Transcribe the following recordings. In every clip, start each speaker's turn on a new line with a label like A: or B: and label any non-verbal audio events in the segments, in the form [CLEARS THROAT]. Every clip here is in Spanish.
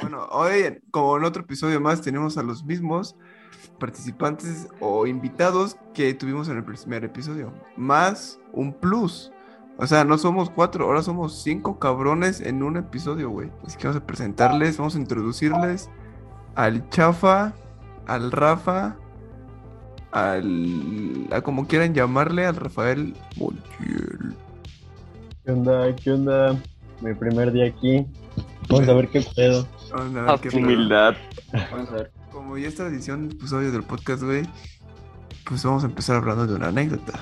A: Bueno, hoy, como en otro episodio más, tenemos a los mismos participantes o invitados que tuvimos en el primer episodio. Más un plus. O sea, no somos cuatro, ahora somos cinco cabrones en un episodio, güey. Así que vamos a presentarles, vamos a introducirles al Chafa, al Rafa, al. a como quieran llamarle, al Rafael Montiel.
B: ¿Qué onda? ¿Qué onda? Mi primer día aquí. Vamos a ver qué pedo.
A: Vamos a ver qué
C: Qué humildad.
A: pedo.
B: Vamos a ver.
A: Como ya es tradición, pues obvio del podcast, güey, pues vamos a empezar hablando de una anécdota.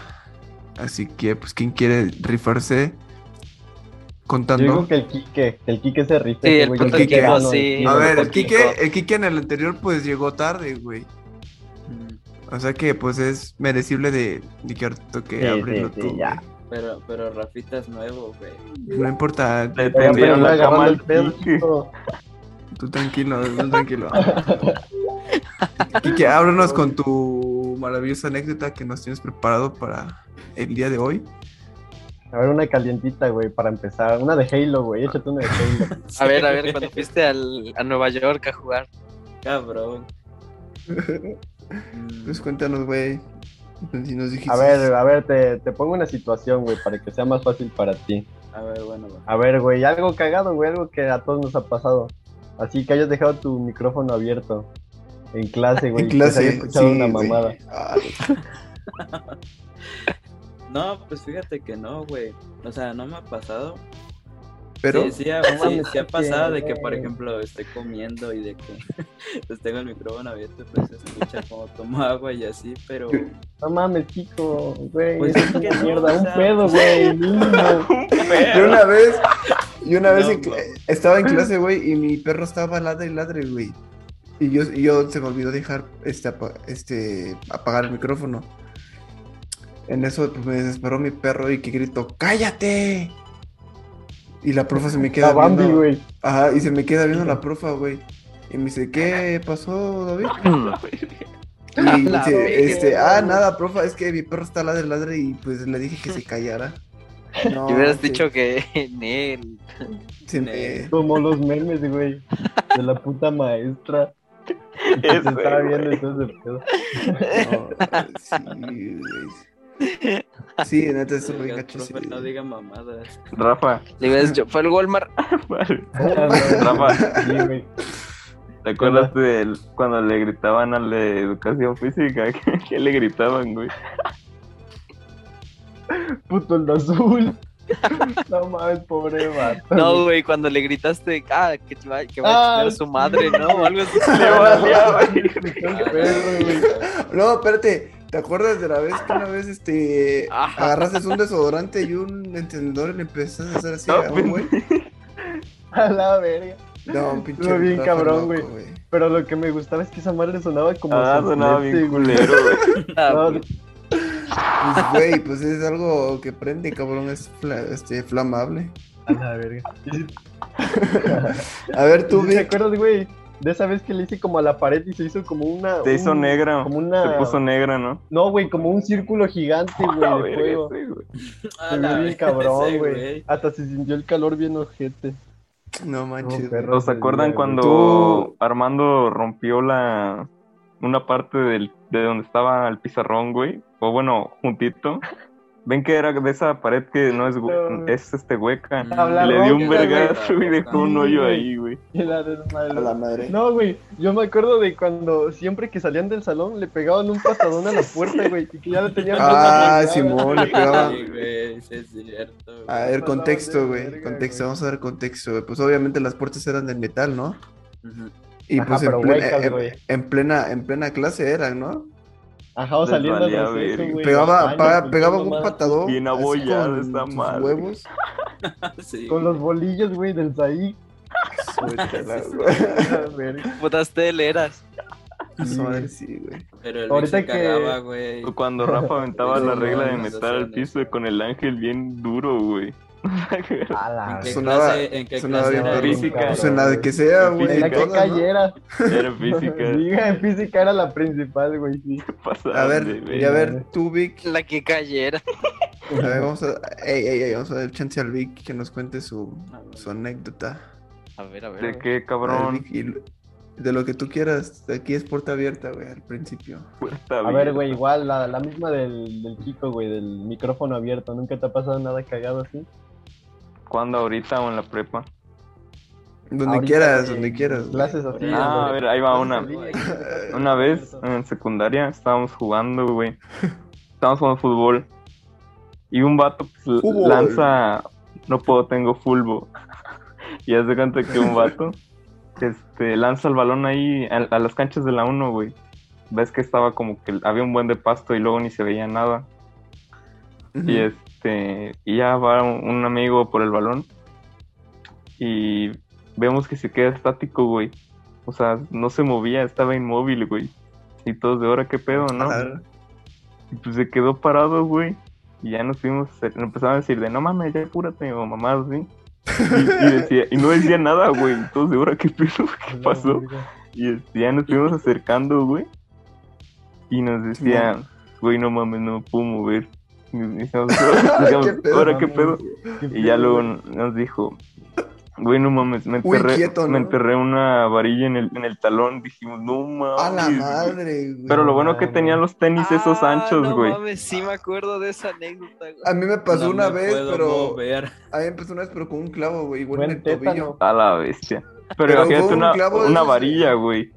A: Así que, pues, ¿quién quiere rifarse
B: Yo
A: contando?
B: digo que el Quique, que el Quique se rife.
C: Sí,
B: ese
C: el
B: güey,
A: puto
B: yo
A: Quique,
B: no, no,
C: sí.
A: A
B: no,
A: ver,
B: no,
A: el Quique, el Quique en el anterior, pues, llegó tarde, güey. O sea que, pues, es merecible de, de que ahorita toque
B: Sí, sí,
A: abrirlo
B: sí,
A: tú, güey.
B: ya.
D: Pero, pero Rafita es nuevo, güey.
A: No importa,
C: Le
B: Pero
C: tendieron la
B: anda agarrando
C: cama
B: el
C: al
B: pedo,
C: pique.
B: chico.
A: tú tranquilo, tú tranquilo. Quique, ábranos con tu maravillosa anécdota que nos tienes preparado para el día de hoy.
B: A ver, una calientita, güey, para empezar. Una de Halo, güey. Échate una
A: [LAUGHS]
B: de Halo.
C: A ver, a ver, cuando fuiste al, a Nueva York a jugar.
D: Cabrón.
A: Pues cuéntanos, güey. Pues, Si nos dijiste.
B: A ver, a ver, te, te pongo una situación, güey, para que sea más fácil para ti.
D: Mm, A ver, bueno, va.
B: A ver, güey, algo cagado, güey, algo que a todos nos ha pasado. Así que hayas dejado tu micrófono abierto en clase, güey.
A: [LAUGHS] En
B: y que se
A: clase.
B: haya escuchado
A: sí,
B: una
A: güey.
B: mamada.
A: Ah,
D: No, pues fíjate que no, güey. O sea, no me ha pasado.
A: pero.
D: Sí, sí, ha-
B: No
D: sí,
B: mames,
D: sí ha pasado de que,
B: güey.
D: por ejemplo, esté comiendo y de que [LAUGHS] pues tengo el micrófono abierto, pues se escucha como tomo agua y así, pero
B: No mames, chico, güey.
D: Pues
B: es
D: es
B: una
D: que no,
B: mierda,
D: o
B: un
D: sea, pues,
B: pedo, güey.
D: [LAUGHS]
B: mínimo.
A: Yo una vez. Yo una
D: No,
A: vez en cl-
D: güey.
A: estaba en clase, güey, y mi perro estaba ladre y ladre, güey. Y yo, y yo se me olvidó dejar este, apa- este apagar el micrófono. En eso pues, me desesperó mi perro y que gritó, ¡cállate! Y la profe se me queda
B: La Bambi,
A: viendo-
B: güey.
A: Ajá, y se me queda viendo la profa, güey. Y me dice, ¿qué pasó,
C: [LAUGHS]
A: David? Y me
D: La
A: dice,
D: verga.
A: este, ah, nada, profa, es que mi perro está ladre, ladre, y pues le dije que se
C: [LAUGHS]
A: callara. No,
C: Te hubieras
A: se-
C: dicho que [LAUGHS] en él.
A: se me-
B: Como los memes, güey. De la puta
D: [LAUGHS]
B: maestra. Que se estaba viendo y todo ese pedo.
A: no, eh, sí, güey. Sí, neta, eso
D: Oiga,
A: muy gacho. sí.
D: profe, no diga mamadas.
B: [LAUGHS]
C: Rafa. Le hubieras dicho, fue al
E: [LAUGHS]
C: Walmart.
D: [LAUGHS]
B: Rafa. Ah, Sí, güey.
C: ¿Te
B: acuerdas
C: de cuando le gritaban a la educación
E: [LAUGHS]
C: física? ¿Qué le gritaban, güey?
B: Puto el de azul. [LAUGHS] No mames, pobre vato.
C: No, güey, cuando le gritaste, ah, que, te va, que va
B: Ah,
C: a chingar a su madre, ¿no? O algo así.
E: [LAUGHS]
B: [LAUGHS] Puto
D: Ah,
B: perro,
D: [LAUGHS]
B: güey.
A: No, espérate, ¿te acuerdas de la vez que una vez este
C: Ajá.
A: agarraste un desodorante y un encendedor y le empezaste a hacer así
C: No,
A: a un güey?
B: A la verga.
A: No, un pinche.
B: Estuvo bien
A: Rafa
B: cabrón,
A: loco,
B: güey. Pero lo que me gustaba es que esa madre sonaba como.
E: Ah,
B: soplete, güey. [LAUGHS]
C: Ah,
B: No,
C: güey.
A: Pues, güey, pues es algo que prende, cabrón, es fla- este, flamable.
B: A la verga. Y si-
A: A ver, tú,
B: ¿Y si ¿Te
A: Vic,
B: acuerdas, güey? De esa vez que le hice como a la pared y se hizo como una.
E: Se hizo
B: un-
E: negra.
B: Como una.
E: Se puso negra, ¿no?
B: No, güey, como un círculo gigante,
E: La
B: güey, de fuego.
E: [LAUGHS] verga, sí, güey.
D: A
B: Se
D: la
B: vio bien
D: verga,
B: cabrón,
D: ese
B: güey. Hasta se sintió el calor bien ojete.
A: No manches.
B: No, perro.
E: ¿Los acuerdan
B: Tú-
E: cuando Armando rompió la una parte del, de donde estaba el pizarrón, güey? O bueno, juntito. Ven que era de esa pared que no es hue-
B: No.
E: es este hueca.
D: Mm,
B: Habla
E: Le dio un
B: ronca, güey.
E: vergazo y dejó un hoyo ahí, güey.
B: Y la desmadre.
A: A la madre.
B: No, güey, yo me acuerdo de cuando siempre que salían del salón le pegaban un patadón a la puerta, güey, y que ya la tenían.
A: Ah,
B: bien arreglada.
A: Simón, le pegaba.
D: Sí, güey, sí es cierto. güey.
A: A ver,
B: Pasaban
A: contexto,
B: de
A: güey.
B: verga,
A: Contexto,
B: güey.
A: vamos a dar contexto, güey. Pues obviamente las puertas eran de metal, ¿no?
D: Ujú.
A: Y
B: Ajá,
A: pues en
B: pero
A: plena,
B: huecas,
A: en-
B: güey.
A: en plena, en plena clase eran, ¿no?
B: Ajá, o
E: Les
B: saliendo
E: valía
B: del receso,
E: verga.
B: güey,
A: pegaba,
B: los
A: pa-
B: baños y
A: pegaba
B: todo,
A: un
B: más.
A: patadón.
E: Bien
A: así
E: abollada
A: con
E: esta
A: sus
E: madre. [LAUGHS]
A: huevos.
D: Sí.
B: Con los bolillos, güey, del Zaí.
A: Suéltala,
D: Sí,
A: güey.
B: A ver,
C: Putas teleras.
B: Pues,
A: Su madre, sí, güey.
D: Pero el
B: Ahorita
D: Ahorita se
B: que-
D: cagaba, güey.
E: O Cuando Rafa aventaba
D: Sí,
E: la
D: no,
E: regla de
D: no,
E: metal al
D: no.
E: piso con el ángel bien duro, güey.
B: A
D: ¿En
B: la
D: qué
A: Ah, Sonaba-
D: clase, en qué
A: sonaba
D: clase
A: bien
D: era
E: cabrón.
D: eso?
E: Física.
A: Pues en la de que sea,
E: En
A: güey.
B: En la
A: en
B: que
A: todas, ¿no?
B: cayera.
E: Era física.
B: [LAUGHS] Diga, en física era la principal, güey, sí.
A: A
E: pasada de
A: ver, y a
E: verga.
A: ver, tú, Vic.
C: La que cayera.
A: A ver, vamos a, ey, ey, ey, vamos a dar chance al Vic que nos cuente su, su anécdota.
F: A ver, a ver.
E: ¿De qué, cabrón?
A: Vicky, De lo que tú quieras, aquí es puerta abierta, güey, al principio.
E: Puerta
B: A ver,
E: abierta.
B: güey, igual la, la misma del, del Kiko, güey, del micrófono abierto. ¿Nunca te ha pasado nada cagado así?
E: ¿Cuándo ahorita o en la prepa?
A: Donde
B: Ahorita,
A: quieras,
B: güey,
A: donde quieras. güey.
B: Clases así.
D: Sí,
E: ah, a
B: donde-
E: ver, ahí va una.
B: clases en línea. [LAUGHS]
E: Una vez en secundaria estábamos jugando, güey. Estábamos jugando fútbol. Y un vato pues, l-
A: Fútbol.
E: lanza. No puedo, tengo fulbo. [LAUGHS] y haz de cuenta que un vato este, lanza el balón ahí a, a las canchas de la 1, güey. Ves que estaba como que había un buen de pasto y luego ni se veía nada.
A: Ujú.
E: Y este, y ya va un, un amigo por el balón. Y vemos que se queda estático, güey. O sea, no se movía, estaba inmóvil, güey. Y todos de ahora qué pedo, ¿no?
A: Ah,
E: Y pues se quedó parado, güey. Y ya nos fuimos, nos empezaron a decir de no mames, ya apúrate, o mamás, güey. Y, y decía, y no decía nada, güey. Todos de ahora qué pedo,
B: [LAUGHS]
E: qué pasó. Y este, ya
A: [LAUGHS]
E: nos fuimos acercando, güey. Y nos decían, güey, no mames, no me puedo mover. Y nos decíamos,
A: [LAUGHS]
E: decíamos,
A: ¿Qué pedo,
E: ahora qué
B: mames?"
E: pedo.
B: Qué
E: Y ya
B: pedo,
E: luego
B: güey.
E: nos dijo, güey, no mames, me
A: Uy,
E: enterré,
A: quieto, ¿no?
E: me enterré una varilla en el, en el talón. Dijimos, no mames.
A: A la
E: güey".
A: madre, güey.
E: Pero lo bueno que
B: madre.
E: tenían los tenis esos
F: Ah,
E: anchos,
F: no
E: güey. Ah,
F: mames, sí me acuerdo de esa anécdota, güey.
A: A mí me pasó
D: No
A: una
D: me
A: vez,
D: puedo
A: pero.
D: mover.
A: A mí me pasó una vez, pero con un clavo, güey, igual en
B: Buen
A: el tobillo.
B: tétano.
E: A la bestia. Pero,
A: Pero fue
E: imagínate
A: un
E: una,
A: clavo de
E: una
A: esos de-
E: varilla, güey.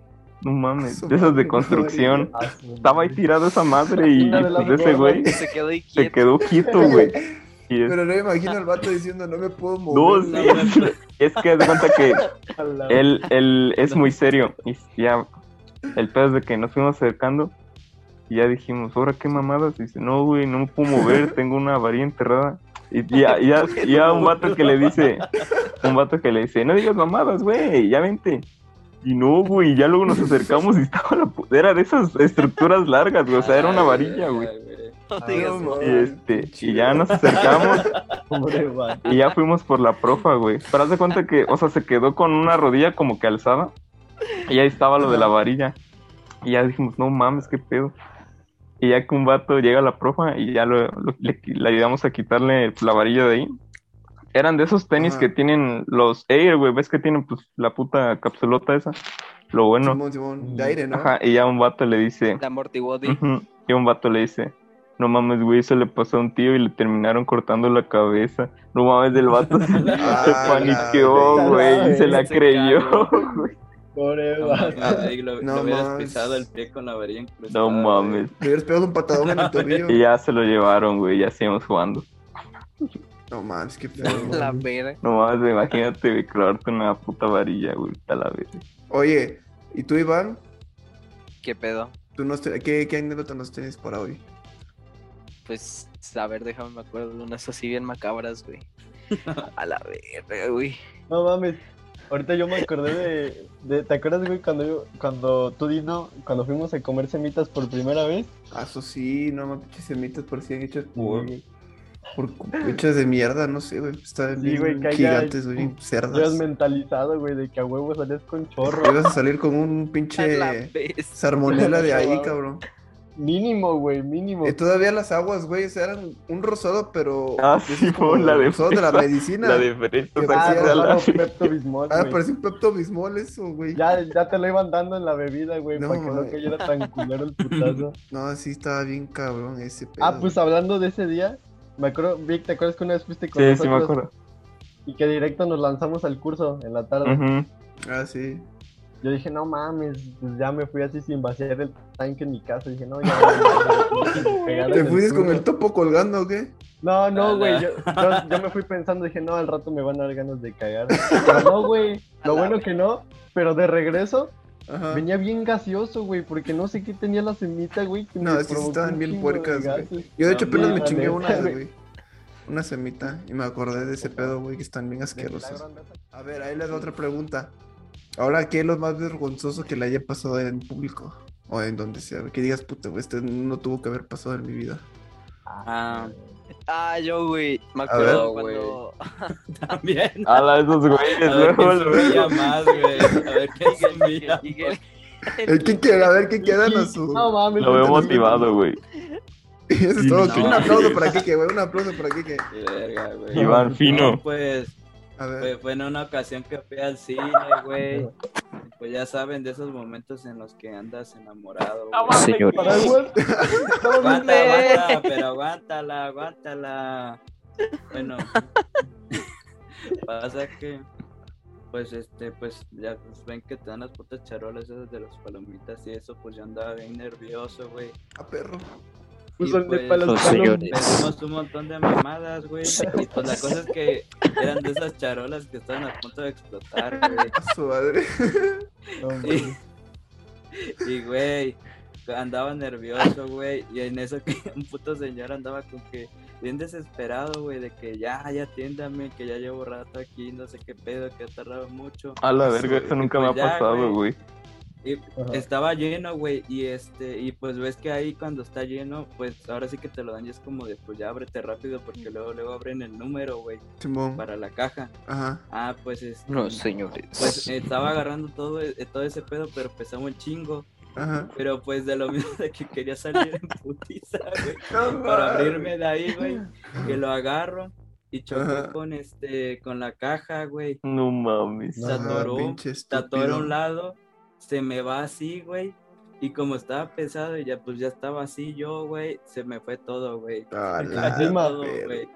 E: No mames,
A: Su
E: de esas
A: madre, una
E: de construcción.
A: varilla.
B: Ah, su
E: [LAUGHS] Estaba ahí
B: madre.
E: tirado esa madre y
B: Una de las
E: pues, ese
B: gordas
E: güey
F: Que se quedó ahí
E: se
C: [LAUGHS]
F: quieto.
E: quedó quieto, güey. Y
A: [LAUGHS]
E: es-
A: Pero no me imagino al vato diciendo, no me puedo
E: Dos,
A: mover.
D: No
A: güey".
D: me puedo-
E: [LAUGHS] es que haz de cuenta que
B: A la-
E: él, él es muy serio. Y ya, el pedo es de que nos fuimos acercando. Y ya dijimos, ahora qué mamadas. Y dice, no, güey, no me puedo mover, tengo una varilla enterrada. Y ya, y ya, y ya un vato que le dice, un vato que le dice, no digas mamadas, güey, ya vente. Y no, güey, ya luego nos acercamos y estaba la pu- era de esas estructuras largas, güey, o sea, era una
D: Ay,
E: varilla, güey.
D: ay, güey.
F: No
B: Ah,
F: digas,
A: no
F: mamá.
E: Y este, y ya nos acercamos
B: Pobre vato.
E: y ya fuimos por la profa, güey. Pero haz de cuenta que, o sea, se quedó con una rodilla como que alzada. Y ahí estaba lo de la varilla. Y ya dijimos, no mames, qué pedo. Y ya que un vato llega a la profa y ya lo, lo- le, le ayudamos a quitarle pues, la varilla de ahí. Eran de esos tenis
A: Ajá.
E: que tienen los Air, güey. ¿Ves que tienen pues la puta capsulota esa? Lo bueno.
A: Simón, Simón, de aire, ¿no?
E: Ajá, y ya un vato le dice,
F: La amortiguó, di.
E: Ujú. Y un vato le dice, no mames, güey, eso le pasó a un tío y le terminaron cortando la cabeza. No mames, el vato [LAUGHS] se, se
A: la
E: paniqueó,
B: bestia.
E: güey, y se Ah, la
D: Se
E: creyó.
D: cayó.
E: güey.
B: Pobre
D: No
B: vato.
D: mames, ahí lo,
A: No
D: lo hubieras
A: mames.
D: pisado el pie con la varilla incluso.
E: [LAUGHS] No mames.
A: Le hubieras pegado un patadón
E: [LAUGHS]
A: en el tobillo.
E: Y ya se lo llevaron, güey, ya seguimos jugando.
A: No mames, qué feo. güey.
F: La vera.
E: No mames, güey, imagínate, güey, clavarte una puta varilla, güey, a la vez.
A: Oye, ¿y tú, Iván?
F: ¿Qué pedo?
A: ¿Tú nos te- ¿Qué, ¿Qué anécdota nos tienes para hoy?
F: Pues, a ver, déjame me acuerdo de unas así bien macabras,
D: [LAUGHS]
F: güey. A la verga, güey.
B: No mames. Ahorita yo me acordé de, de- ¿te acuerdas, güey, cuando yo, cuando tú Dino, cuando fuimos a comer semitas por primera vez?
A: Ah, eso sí, no mames, pinches semitas por si hechas por, por cu- hechas de mierda, no sé, güey. Están
B: Sí,
A: bien
B: güey, que haya-
A: gigantes, güey, bien
B: Yo
A: cerdas.
B: mentalizado, güey, de que a huevo salías con chorro.
A: Ibas a salir con un
F: A la
A: pinche
F: bestia.
A: salmonela de ahí,
B: Wow.
A: cabrón.
B: Mínimo, güey, mínimo.
A: Y todavía las aguas, güey, o sea, eran un rosado, pero.
E: Ah, sí,
A: como
E: la de
A: rosado de la medicina.
E: La diferencia
A: Que
B: Ah,
E: saca
A: parecía-
E: a la-
B: no, no, Pepto Bismol,
A: Ah,
B: güey.
A: parecía un Pepto Bismol eso, güey.
B: Ya, ya te lo iban dando en la bebida, güey,
A: No,
B: para que no
A: mames.
B: cayera tan culero el putazo.
A: No, sí, estaba bien cabrón ese pedo.
B: Ah, pues hablando de ese día, me acuerdo, Vic, ¿te acuerdas que una vez fuiste con
E: Sí, sí me
B: nosotros
E: acuerdo.
B: y que directo nos lanzamos al curso en la tarde?
E: Ujú.
A: Ah, sí.
B: Yo dije, no mames, pues ya me fui así sin vaciar el tanque en mi casa. Dije, no, ya. ya, ya, ya, ya, ya, ya, ya, ya,
A: ¿Te
B: ya,
A: fuiste con
B: culo".
A: el topo colgando o qué?
B: No, no, güey.
D: Ala.
B: Yo, yo, yo me fui pensando, dije, no, al rato me van a dar ganas de cagar. Pero no, güey. Lo bueno que no. Pero de regreso,
A: Ajá.
B: venía bien gaseoso, güey, porque no sé qué tenía la semita, güey. que
A: No,
B: me
A: es que sí
B: provocó
A: estaban
B: un
A: bien
B: chingo de
A: puercas, güey.
B: gases.
A: Yo, de hecho,
D: No
A: apenas me
D: mames,
A: chingué una,
B: Ah, güey. [LAUGHS]
A: güey. Una semita. Y me acordé de ese pedo, güey, que están bien
B: De
A: asquerosos.
B: milagro, ¿no?
A: A ver, ahí les va otra pregunta. Ahora, ¿qué es lo más vergonzoso que le haya pasado en público? O en donde sea, güey. Que digas, puta, güey, este no tuvo que haber pasado en mi vida.
D: Ah, [LAUGHS]
F: Ah, yo, güey. Me
A: ver.
F: acuerdo
D: No, güey.
F: cuando.
D: también.
E: A la de esos
D: A
E: güeyes,
D: ver
E: Ah, luego,
D: quién
E: luego.
D: subía más, güey. A ver quién
E: [LAUGHS]
D: [LAUGHS] subía.
F: Miguel-
A: [LAUGHS] El que quiera, a ver qué quedan a su. [LAUGHS]
B: No mames,
E: Lo
B: güey,
E: veo
A: veo
E: motivado, güey.
A: Y eso es todo.
D: No.
A: Un aplauso para Kike, güey. Un aplauso para Kike.
D: Qué verga, güey.
E: Iván Fino.
D: No, pues,
A: A ver.
D: Fue, fue en una ocasión que fui al cine, güey. Pues ya saben de esos momentos en los que andas enamorado. güey.
F: Señor.
B: Para igual.
D: Aguanta,
F: Ándale.
D: aguanta, pero aguántala, aguántala. Bueno, [LAUGHS] pasa que, pues, este, pues, ya pues, ven que te dan las putas charolas esas de las palomitas y eso, pues yo andaba bien nervioso, güey.
A: A perro.
B: [LAUGHS] Pues,
D: Y,
B: son de
D: pues,
B: palos
F: los
B: palos.
F: señores.
D: Pedimos un montón de mamadas, güey. Y pues la cosa es que eran de esas charolas que estaban a punto de explotar, güey.
A: A su madre. [LAUGHS]
B: No, hombre.
D: Y, y, güey, andaba nervioso, güey. Y en eso que [LAUGHS] un puto señor andaba con que bien desesperado, güey, de que ya, ya atiéndame, que ya llevo rato aquí, no sé qué pedo, que ha tardado mucho.
E: A la verga, eso nunca me ha
D: Pues ya,
E: pasado,
D: güey.
E: güey.
D: Y
B: Ajá.
D: estaba lleno, güey, y este, y pues ves que ahí cuando está lleno, pues ahora sí que te lo dan y es como de, pues ya ábrete rápido porque luego, luego abren el número, güey,
A: Simón.
D: para la caja.
A: Ajá.
D: Ah, pues este,
F: Los señores.
D: pues estaba agarrando todo, eh, todo ese pedo, pero pesaba un chingo.
A: Ajá.
D: Pero pues de lo mismo de que quería salir
A: [LAUGHS]
D: en putiza, güey,
A: No
D: para
A: mames.
D: abrirme de ahí, güey, que lo agarro y chocó
A: Ajá.
D: con este, con la caja, güey,
E: No mames.
D: se atoró,
A: pinche
D: se atoró a
A: estúpido.
D: un lado, se me va así, güey, y como estaba pesado y ya, pues ya estaba así yo, güey, se me fue todo, güey.
A: A
D: Se me
A: la
D: fue
B: Encima.
D: todo, güey.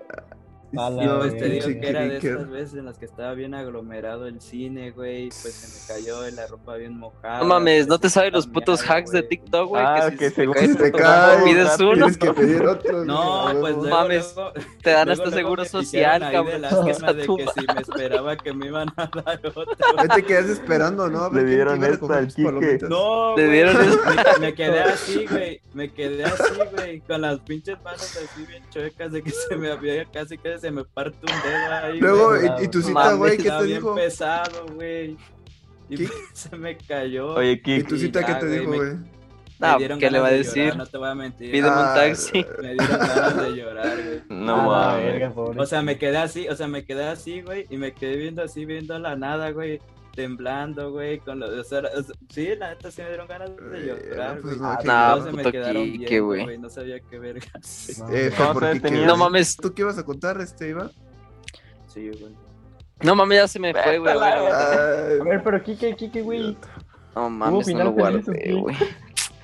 B: A
D: Y
B: la
D: pues te digo
A: Ah, pinche
D: que era de
A: clicker.
D: estas veces en las que estaba bien aglomerado el cine, güey, pues se me cayó la ropa bien mojada.
F: No mames, no te sabes los
D: Cambiar,
F: putos hacks de
D: güey.
F: TikTok, güey.
E: Ah,
F: si
E: que
F: se
E: según
F: cae
E: si
F: tu
A: te
F: mamá,
A: caes,
F: pides
E: rápido.
F: uno,
A: Tienes que pedir otro.
D: No,
A: güey,
D: pues
A: huevo.
D: luego,
F: mames,
D: luego-
F: te dan
D: luego,
F: hasta
D: luego
F: seguro
D: me picaron
F: social,
D: ahí de
F: cabrón. [LAUGHS]
D: la
F: que
D: gema
F: esa
D: de
F: tumba.
D: que si me esperaba que me iban a [LAUGHS] dar otra.
A: Ahí te quedas esperando, ¿no? A ver
E: Le
A: quién te
E: dieron
A: iba a
E: esta
A: recoger
E: al
A: tus
E: Quique.
A: palomitas.
D: No,
F: Te
D: güey.
F: dieron
D: [LAUGHS] me, me quedé así, güey. Me quedé así, güey. Con las pinches manos así bien chuecas de que se me había casi que se me parte un dedo ahí.
A: Luego,
D: güey.
A: y, y tu cita,
F: Mames,
A: güey, ¿qué
D: Estaba
A: te
D: bien
A: dijo?
D: pesado, güey. Y
A: ¿Qué?
D: [LAUGHS] se me cayó.
E: Oye,
A: ¿Y
E: Kik,
A: tu cita qué
D: Ah,
A: te
D: güey,
A: dijo,
D: me-
A: güey?
D: Me
F: Ah,
D: dieron
F: ¿qué le
D: ganas
F: va a
D: de
F: decir?
D: llorar, no te voy a mentir.
F: Pídeme
A: Ah,
F: un taxi.
D: Me dieron ganas de llorar, güey.
E: no
B: A Ah, la
E: mames.
B: verga, pobre.
D: O sea, me quedé así, o sea, me quedé así, güey, y me quedé viendo así, viendo a la nada, güey, temblando, güey, con los... O sea, o sea, sí, la neta sí me dieron ganas de
A: Eh,
D: llorar,
A: no,
D: güey.
A: pues no,
D: Ah,
A: qué
D: no,
A: mal.
D: se me
F: Puto
D: quedaron
F: Quique,
D: viendo,
F: güey.
D: güey, no sabía
A: [LAUGHS]
D: qué verga. hacer.
B: No,
A: Eh,
E: No,
A: ¿por
E: o sea,
A: qué
E: tenía-
A: quieres?
F: No mames,
A: ¿Tú qué ibas a contar, este, Iván?
D: Sí, güey.
F: no mames, ya se me fue, güey. bueno.
A: Ay,
B: A ver, pero Kike, Kike, güey.
F: No mames, no
B: final
F: lo
B: feliz o
F: guardé,
B: qué?
F: güey.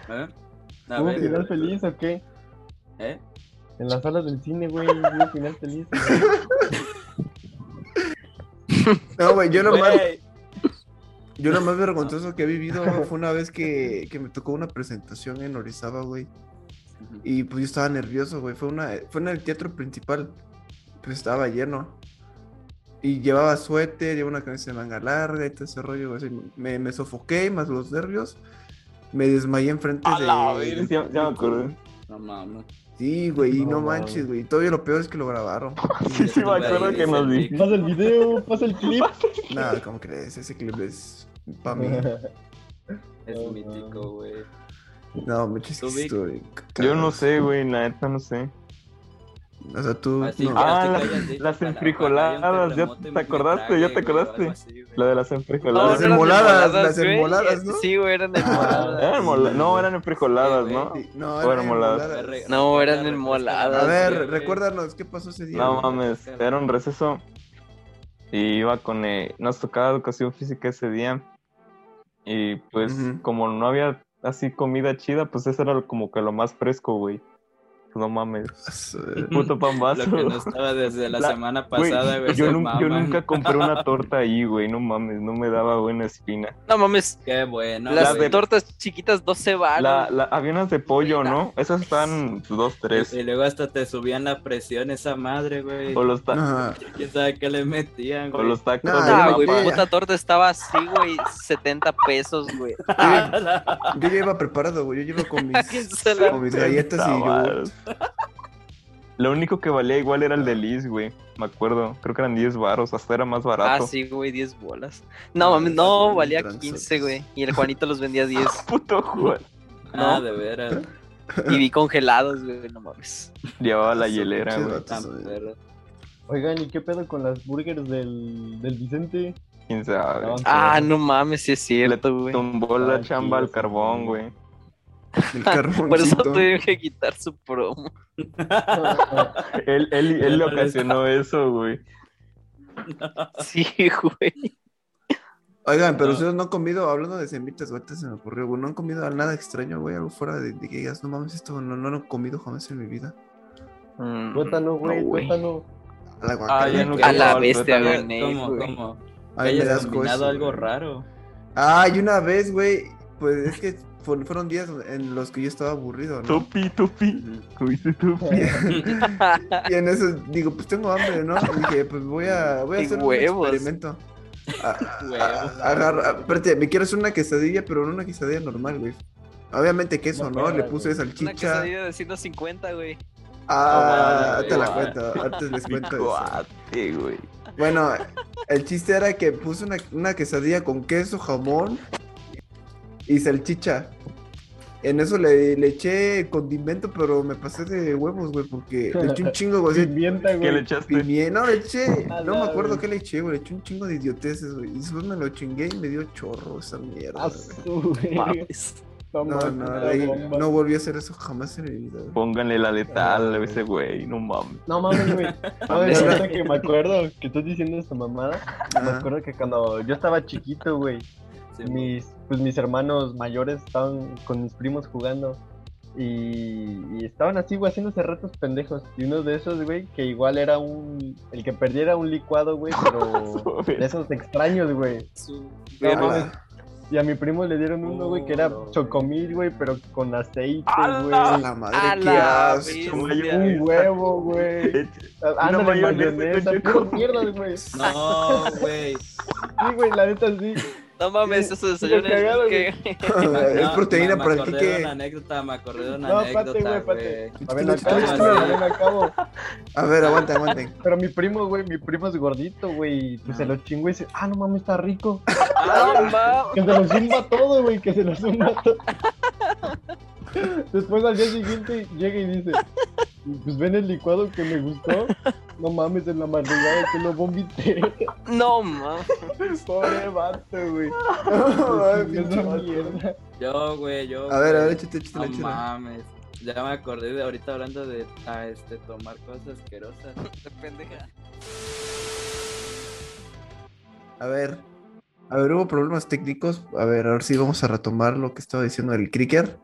D: A ver, a
B: ¿Hubo
D: ver,
B: final feliz o qué?
D: ¿eh?
B: En las salas del cine, güey. ¿Hubo final feliz? [LAUGHS] güey.
A: No, güey, yo nomás,
D: Güey,
A: yo lo más vergonzoso que he vivido güey, fue una vez
E: [LAUGHS]
A: que, que me tocó una presentación en Orizaba, güey. Y pues yo estaba nervioso, güey. Fue, una, fue en el teatro principal. Pues estaba lleno. Y llevaba suéter, llevaba una camisa de manga larga y todo ese rollo, güey. así, Me, me sofoqué, más los nervios. Me desmayé enfrente
E: A la
A: de.
E: verga, ya, ya me acordé.
D: No mames.
A: Sí, güey, y
B: No
A: no
B: mames.
A: manches, güey. Todavía lo peor es que lo grabaron.
E: [LAUGHS] Sí, [LAUGHS] sí, me acuerdo que nos di.
B: Pasa el video, pasa el clip.
A: Nada, ¿cómo crees? Ese clip es para mí.
D: Es
B: No,
D: mítico,
B: mames.
D: güey.
A: No, manches, que
D: Tú, Vic.
A: estoy.
E: Yo no sé, güey, la neta no sé.
A: O sea, tú.
D: Así
A: no.
D: que
E: Ah,
D: hasta
E: las-
D: que hayas dicho,
E: las
D: "A la
E: enfrijoladas,
D: verga, hay un
E: ya
D: terremoto
E: te
D: y me
E: acordaste,
D: tragué,
E: ya te
D: güey", o algo
E: acordaste.
D: así, güey.
E: La de las
F: No,
E: enfrijoladas.
A: Las
F: eran
A: enmoladas, las
F: güey.
A: enmoladas, ¿no?
F: Sí, güey,
B: Ah.
F: eran enmoladas.
E: [LAUGHS] Eran mola- no, eran enfrijoladas,
D: Ah, Sí,
E: ¿no?
D: güey.
A: Sí, no,
E: Fueron
A: eran
E: moladas.
A: moladas.
D: Re-
F: No, eran
D: recuerda,
F: enmoladas,
A: A ver,
D: güey.
A: recuérdanos, ¿qué pasó ese día?
E: No
A: güey?
E: mames, era un receso. Y iba con. eh, nos tocaba educación física ese día. Y pues,
A: Ujú.
E: como no había así comida chida, pues eso era como que lo más fresco, güey. No mames. Puto pan
D: Lo
E: vaso.
D: que no estaba desde la,
E: La-
D: semana
E: [LAUGHS] Güey,
D: pasada, güey.
E: yo,
D: se
E: nun- yo
D: maman.
E: nunca
D: [LAUGHS]
E: compré una torta ahí, güey. No mames, no me daba buena espina.
F: No mames,
D: Qué bueno.
F: las
D: güey.
F: tortas chiquitas 12
E: La,
F: balas.
E: la- había unas de pollo, ¿no? Esas estaban dos, tres.
D: Y luego hasta te subían la presión esa madre, güey.
E: O los, ta-
A: Ajá.
D: ¿Quién sabe qué le metían,
E: o
D: güey? [LAUGHS]
E: los tacos
A: No,
E: de
A: la-
F: Ah,
E: papa.
F: güey,
A: la-
F: puta torta estaba así, güey, 70 pesos, [LAUGHS] güey.
D: Ah,
E: Ah,
A: Yo ya iba preparado, güey. Yo llevo con
D: [LAUGHS]
F: ¿Quién
A: mis,
F: se la-
A: con mis galletas y yo.
E: Tabaros. Lo único que valía igual era el de Liz, güey. Me acuerdo. Creo que eran 10 baros. Hasta era más
F: Ah,
E: barato.
F: sí, güey, 10 bolas. No, mames, no, valía 15, güey. Y el Juanito los
B: [LAUGHS]
F: vendía 10.
E: [LAUGHS] Puto Juan.
D: Ah, de veras.
F: Y vi congelados, güey, no mames.
E: Llevaba la
A: Esos
E: hielera,
A: pinches
E: güey.
A: vatos,
D: Tan
A: güey.
D: perro.
B: [LAUGHS] Oigan, ¿y qué pedo con las burgers del, del
A: [LAUGHS]
B: Vicente?
E: Quién sabe.
B: Estaban
F: Ah,
B: culeras.
F: no mames, sí es cierto, güey.
E: Tumbó la
B: Ah,
E: chamba
B: sí,
E: al
B: sí,
E: carbón,
B: sí.
E: güey.
D: pues.
A: El
F: Por eso
A: carboncito.
F: tuvieron que quitar su promo. [LAUGHS]
E: Él, él,
D: Ya
E: él le
D: no les-
E: ocasionó eso, güey.
F: Sí, güey.
A: Oigan, pero
D: No.
A: ustedes no han comido, hablando de semitas, ahorita se me ocurrió, güey, no han comido nada extraño, güey, algo fuera de, de que digas, no mames, esto no, no lo he comido jamás en mi vida.
E: Mm,
B: Tuétano, güey,
E: no,
B: tuétano.
A: A la
D: Ah,
A: guacamole.
D: ya
E: no
D: nunca
E: quiero
F: A la
E: probar
F: bestia,
E: tuétano.
F: güey. Nate,
D: ¿Cómo,
F: güey.
D: cómo?
A: Ay, me
D: Hayas
A: das
D: combinado
A: cosas.
D: algo raro.
A: Ah, y una vez, güey, pues es que fu- fueron días en los que yo estaba aburrido, ¿no?
E: Tupi, tupi. Comiste tupi.
A: Y en eso digo, pues tengo hambre, ¿no? Y dije, pues voy a, voy a
F: Y
A: hacer
F: huevos.
A: un experimento. A- a-
D: Huevos.
A: agarra- espérate, me quiero hacer una quesadilla, pero no una quesadilla normal, güey. Obviamente queso,
B: No,
A: ¿no? Le
B: perra,
A: puse
F: Una
A: salchicha.
F: quesadilla de 150, güey.
A: Ah,
D: Ahumada,
A: te la
D: güey.
A: cuento, antes les cuento eso.
E: Cuate, güey.
A: Bueno, el chiste era que puse una, una quesadilla con queso, jamón y salchicha. En eso le, le eché condimento, pero me pasé de huevos, güey, porque le eché un chingo,
F: [LAUGHS]
A: güey. así,
B: Pimienta,
E: ¿Qué le
B: güey.
E: echaste?
A: Pimienta, no le eché,
B: A
A: no me
B: la
A: acuerdo
B: vez.
A: qué le eché, güey, le eché un chingo de idioteces, güey. Y después me lo chingué y me dio chorro esa mierda.
B: A
A: güey.
B: su verga.
F: Mames.
A: No,
B: Toma,
A: no,
B: puta
A: de ahí
B: Ah, bomba.
A: no volví a hacer eso jamás en mi vida. güey.
E: Pónganle la letal a ese güey, no mames.
B: No
A: [LAUGHS]
B: mames, güey.
F: Mames.
B: Mames, ahorita que me acuerdo que estás diciendo esta mamada. Pues, Me
A: Ajá.
B: acuerdo que cuando yo estaba chiquito, güey,
D: Sí,
B: mis, pues mis hermanos mayores estaban con mis primos jugando. Y, y estaban así, güey, haciéndose retos pendejos. Y uno de esos, güey, que igual era un. El que perdiera un licuado, güey,
E: [LAUGHS]
B: pero. de esos extraños, güey.
D: su-
B: No
A: Ah,
B: mames. Y a mi primo le dieron uno, güey, que era
D: Oh, no,
B: chocomil, güey, pero con aceite,
A: A
B: güey.
A: la madre,
F: A
A: qué
F: la
A: asco.
F: bestia.
B: Un huevo, güey. Ándale,
E: mayonesa
B: mayonesa,
E: con
B: puras
E: chocomil.
B: mierdas, güey.
D: No, güey.
B: Sí, güey, la neta sí.
F: No mames,
B: Sí,
F: eso
B: sí,
F: desayuno
B: lo cagaron,
F: es que-
A: [LAUGHS] [LAUGHS] es
D: [LAUGHS] No,
A: proteína
D: me-
A: para
D: me
A: el
D: acordé de
A: Kike.
D: una anécdota, me acordé de una
B: No, espérate, güey,
D: anécdota,
B: espérate.
D: güey.
B: A ver, acabo,
D: Ah, sí.
B: a ver, acabo.
A: A ver, aguanten,
D: [LAUGHS]
A: aguanten.
B: Pero mi primo, güey, mi primo es gordito, güey. y Pues se lo chingo y dice, ah, no mames, está rico.
F: [LAUGHS] Ah, no mames.
B: Que se lo zumba todo, güey, que se lo zumba todo. Después al día siguiente llega y dice, pues ven el licuado que me gustó. No mames, en la madrugada que lo vomité.
F: No mames.
B: Pobre vato, [LAUGHS] güey.
A: Ay,
B: Me
A: pinche
B: hizo
A: vato.
B: mierda.
D: Yo, güey, yo.
A: A ver, a
D: güey.
A: ver, échate, échate,
D: No
A: échate.
D: mames. Ya me acordé de ahorita hablando de ah, este, tomar cosas asquerosas.
F: Pendeja.
A: A ver. A ver, hubo problemas técnicos. A ver, ahora sí vamos a retomar lo que estaba diciendo el Cricker.